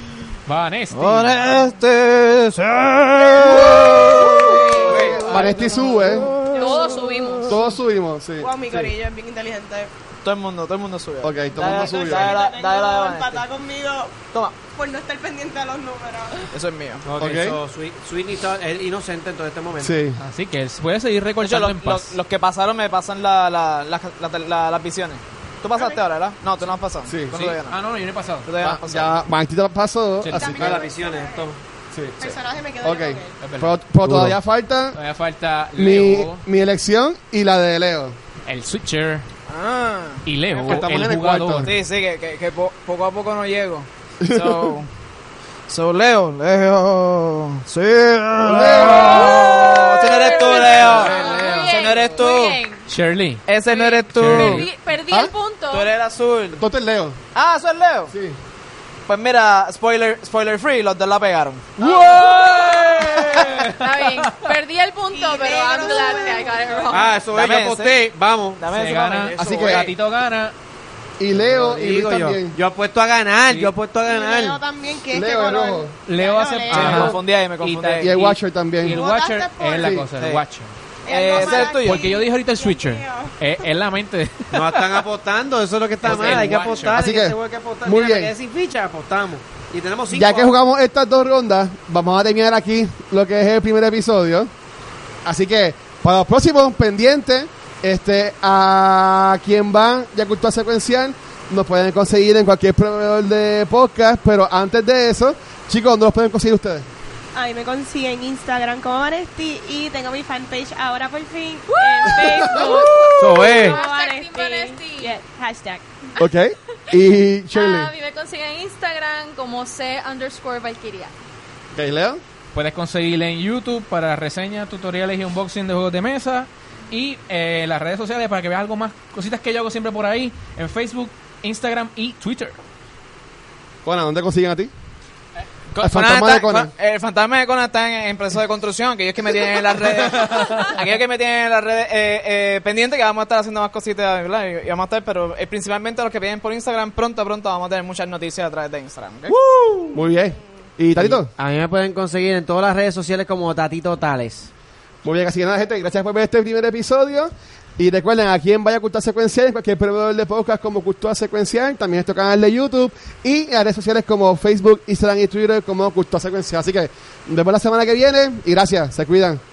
S8: Vanesti.
S5: Oreste,
S2: Varesti sube.
S6: Todos subimos.
S2: Todos subimos, sí.
S3: Wow, Oh, mi
S2: Sí.
S3: corillo es bien inteligente.
S5: Todo el mundo, todo el mundo sube.
S2: Ok, todo el mundo
S5: Dale,
S2: sube.
S5: Dale la,
S3: Tengo
S5: dale la de Vanesti.
S3: empatada conmigo
S5: Toma,
S3: por no estar pendiente a los números.
S5: eso es mío.
S7: Ok,
S2: Ok.
S7: so, Sweet- Sweetney está- es inocente en todo este momento.
S2: Sí.
S8: Así que él puede seguir
S5: De hecho,
S8: recortando
S5: los,
S8: en
S5: los-
S8: paz.
S5: los que pasaron me pasan la, la, la, la- la- las visiones. Tú pasaste ahora, ¿verdad? No, tú no has pasado.
S2: Sí.
S5: Tú
S8: Sí.
S5: todavía no.
S8: Ah, no, no, yo no he pasado.
S5: Tú todavía no has
S2: Ah,
S5: pasado.
S2: Ya, Martita pasó.
S8: Sí.
S2: Así
S7: Para
S2: que.
S7: las visiones, toma.
S2: Sí.
S3: El personaje me quedó
S2: Ok.
S3: yo con él.
S8: Es verdad.
S2: Pero, pero todavía falta
S8: Ah, Todavía falta
S2: mi,
S8: Leo,
S2: mi elección y la de Leo.
S8: el switcher
S5: Ah.
S8: y Leo,
S2: Estamos en
S8: el
S2: el
S8: jugador.
S2: cuarto.
S5: Sí, sí, que, que, que po- poco a poco no llego.
S2: <laughs>
S5: So, so Leo, Leo. Sí, Leo. Ese no eres tú, Leo.
S6: Muy
S5: Ese
S6: bien,
S5: no eres tú.
S6: muy bien.
S8: Shirley.
S5: Ese no eres tú.
S6: Perdí, perdí
S2: ¿Ah?
S6: el punto.
S5: Tú eres el azul.
S2: Entonces Leo.
S5: Ah, eso es Leo.
S2: Sí.
S5: Pues mira, spoiler, spoiler free, los dos la pegaron.
S8: <laughs>
S6: Está bien. Perdí el punto, pero I'm glad that I got it wrong.
S7: Ah, eso es,
S5: Dame
S7: yo aposté. Vamos.
S5: Dame
S8: Se
S5: eso,
S8: gana.
S5: mami.
S2: Así
S8: Eso,
S2: que-
S8: Gatito gana.
S2: Y Leo y Luis
S7: Digo yo.
S2: también.
S7: Yo apuesto a ganar, yo apuesto a
S3: Y Leo
S7: ganar.
S3: también, que este es
S2: Leo
S3: que
S2: es rojo.
S8: Leo hace.
S5: Sí, me
S8: Ajá.
S5: confundí ahí, me confundí
S8: ta-
S5: ahí.
S2: Y el
S8: Y-
S2: Watcher
S8: Y
S2: también.
S8: el
S3: Votaste
S8: Watcher
S3: por-
S8: es la
S2: Sí.
S8: cosa,
S5: Sí.
S8: el Watcher.
S5: Eh, ese es el tuyo.
S8: Porque yo dije ahorita el
S3: Dios
S8: switcher. Eh,
S3: mío.
S8: Es, es la mente.
S7: No están apostando, eso es lo que
S8: <laughs>
S7: está
S8: Pues
S7: mal.
S8: el
S7: Hay que
S8: guacho.
S7: apostar.
S2: Así
S7: en este
S2: que,
S7: juego hay que apostar.
S2: muy
S7: Mira, me
S2: bien.
S7: quedé sin ficha, apostamos. Y tenemos cinco.
S2: Ya que jugamos estas dos rondas, vamos a terminar aquí lo que es el primer episodio. Así que, para los próximos pendientes, este, a quien va ya cultura secuencial, nos pueden conseguir en cualquier proveedor de podcast, pero antes de eso, chicos, ¿dónde los pueden conseguir ustedes?
S3: Ahí me consiguen Instagram como Vanesti y tengo mi fanpage ahora por fin en Facebook.
S7: Eso es.
S3: como
S6: Hashtag Team
S3: Vanesti.
S6: Vanesti.
S3: Yeah, hashtag.
S2: Ok. Y Shirley.
S6: Ah, A mí me consiguen en Instagram como C underscore Valkyria.
S2: Ok, Leo.
S8: Puedes conseguirle en YouTube para reseñas, tutoriales y unboxing de juegos de mesa. Y eh, las redes sociales para que veas algo más. Cositas que yo hago siempre por ahí. En Facebook, Instagram y Twitter.
S2: Conan, ¿dónde consiguen a ti?
S5: Co-
S2: El fantasma
S5: está-
S2: de Conan.
S5: fa- El fantasma de Conan está en, en proceso de construcción. Aquellos que me tienen en las <laughs> redes. aquellos que me tienen en las redes eh, eh, pendiente que vamos a estar haciendo más cositas. ¿verdad? Y, y vamos a estar, pero eh, principalmente los que piden por Instagram. Pronto, pronto vamos a tener muchas noticias a través de Instagram. ¿ok?
S2: Muy bien. ¿Y Tarito?
S7: A mí me pueden conseguir en todas las redes sociales como Tatito Tales.
S2: Muy bien, así que nada, gente, gracias por ver este primer episodio. Y recuerden, aquí en Vaya Cultura Secuencial, en cualquier proveedor de podcast como Cultura Secuencial, también en nuestro canal de YouTube y en las redes sociales como Facebook, Instagram y Twitter como Cultura Secuencial. Así que nos vemos la semana que viene y gracias, se cuidan.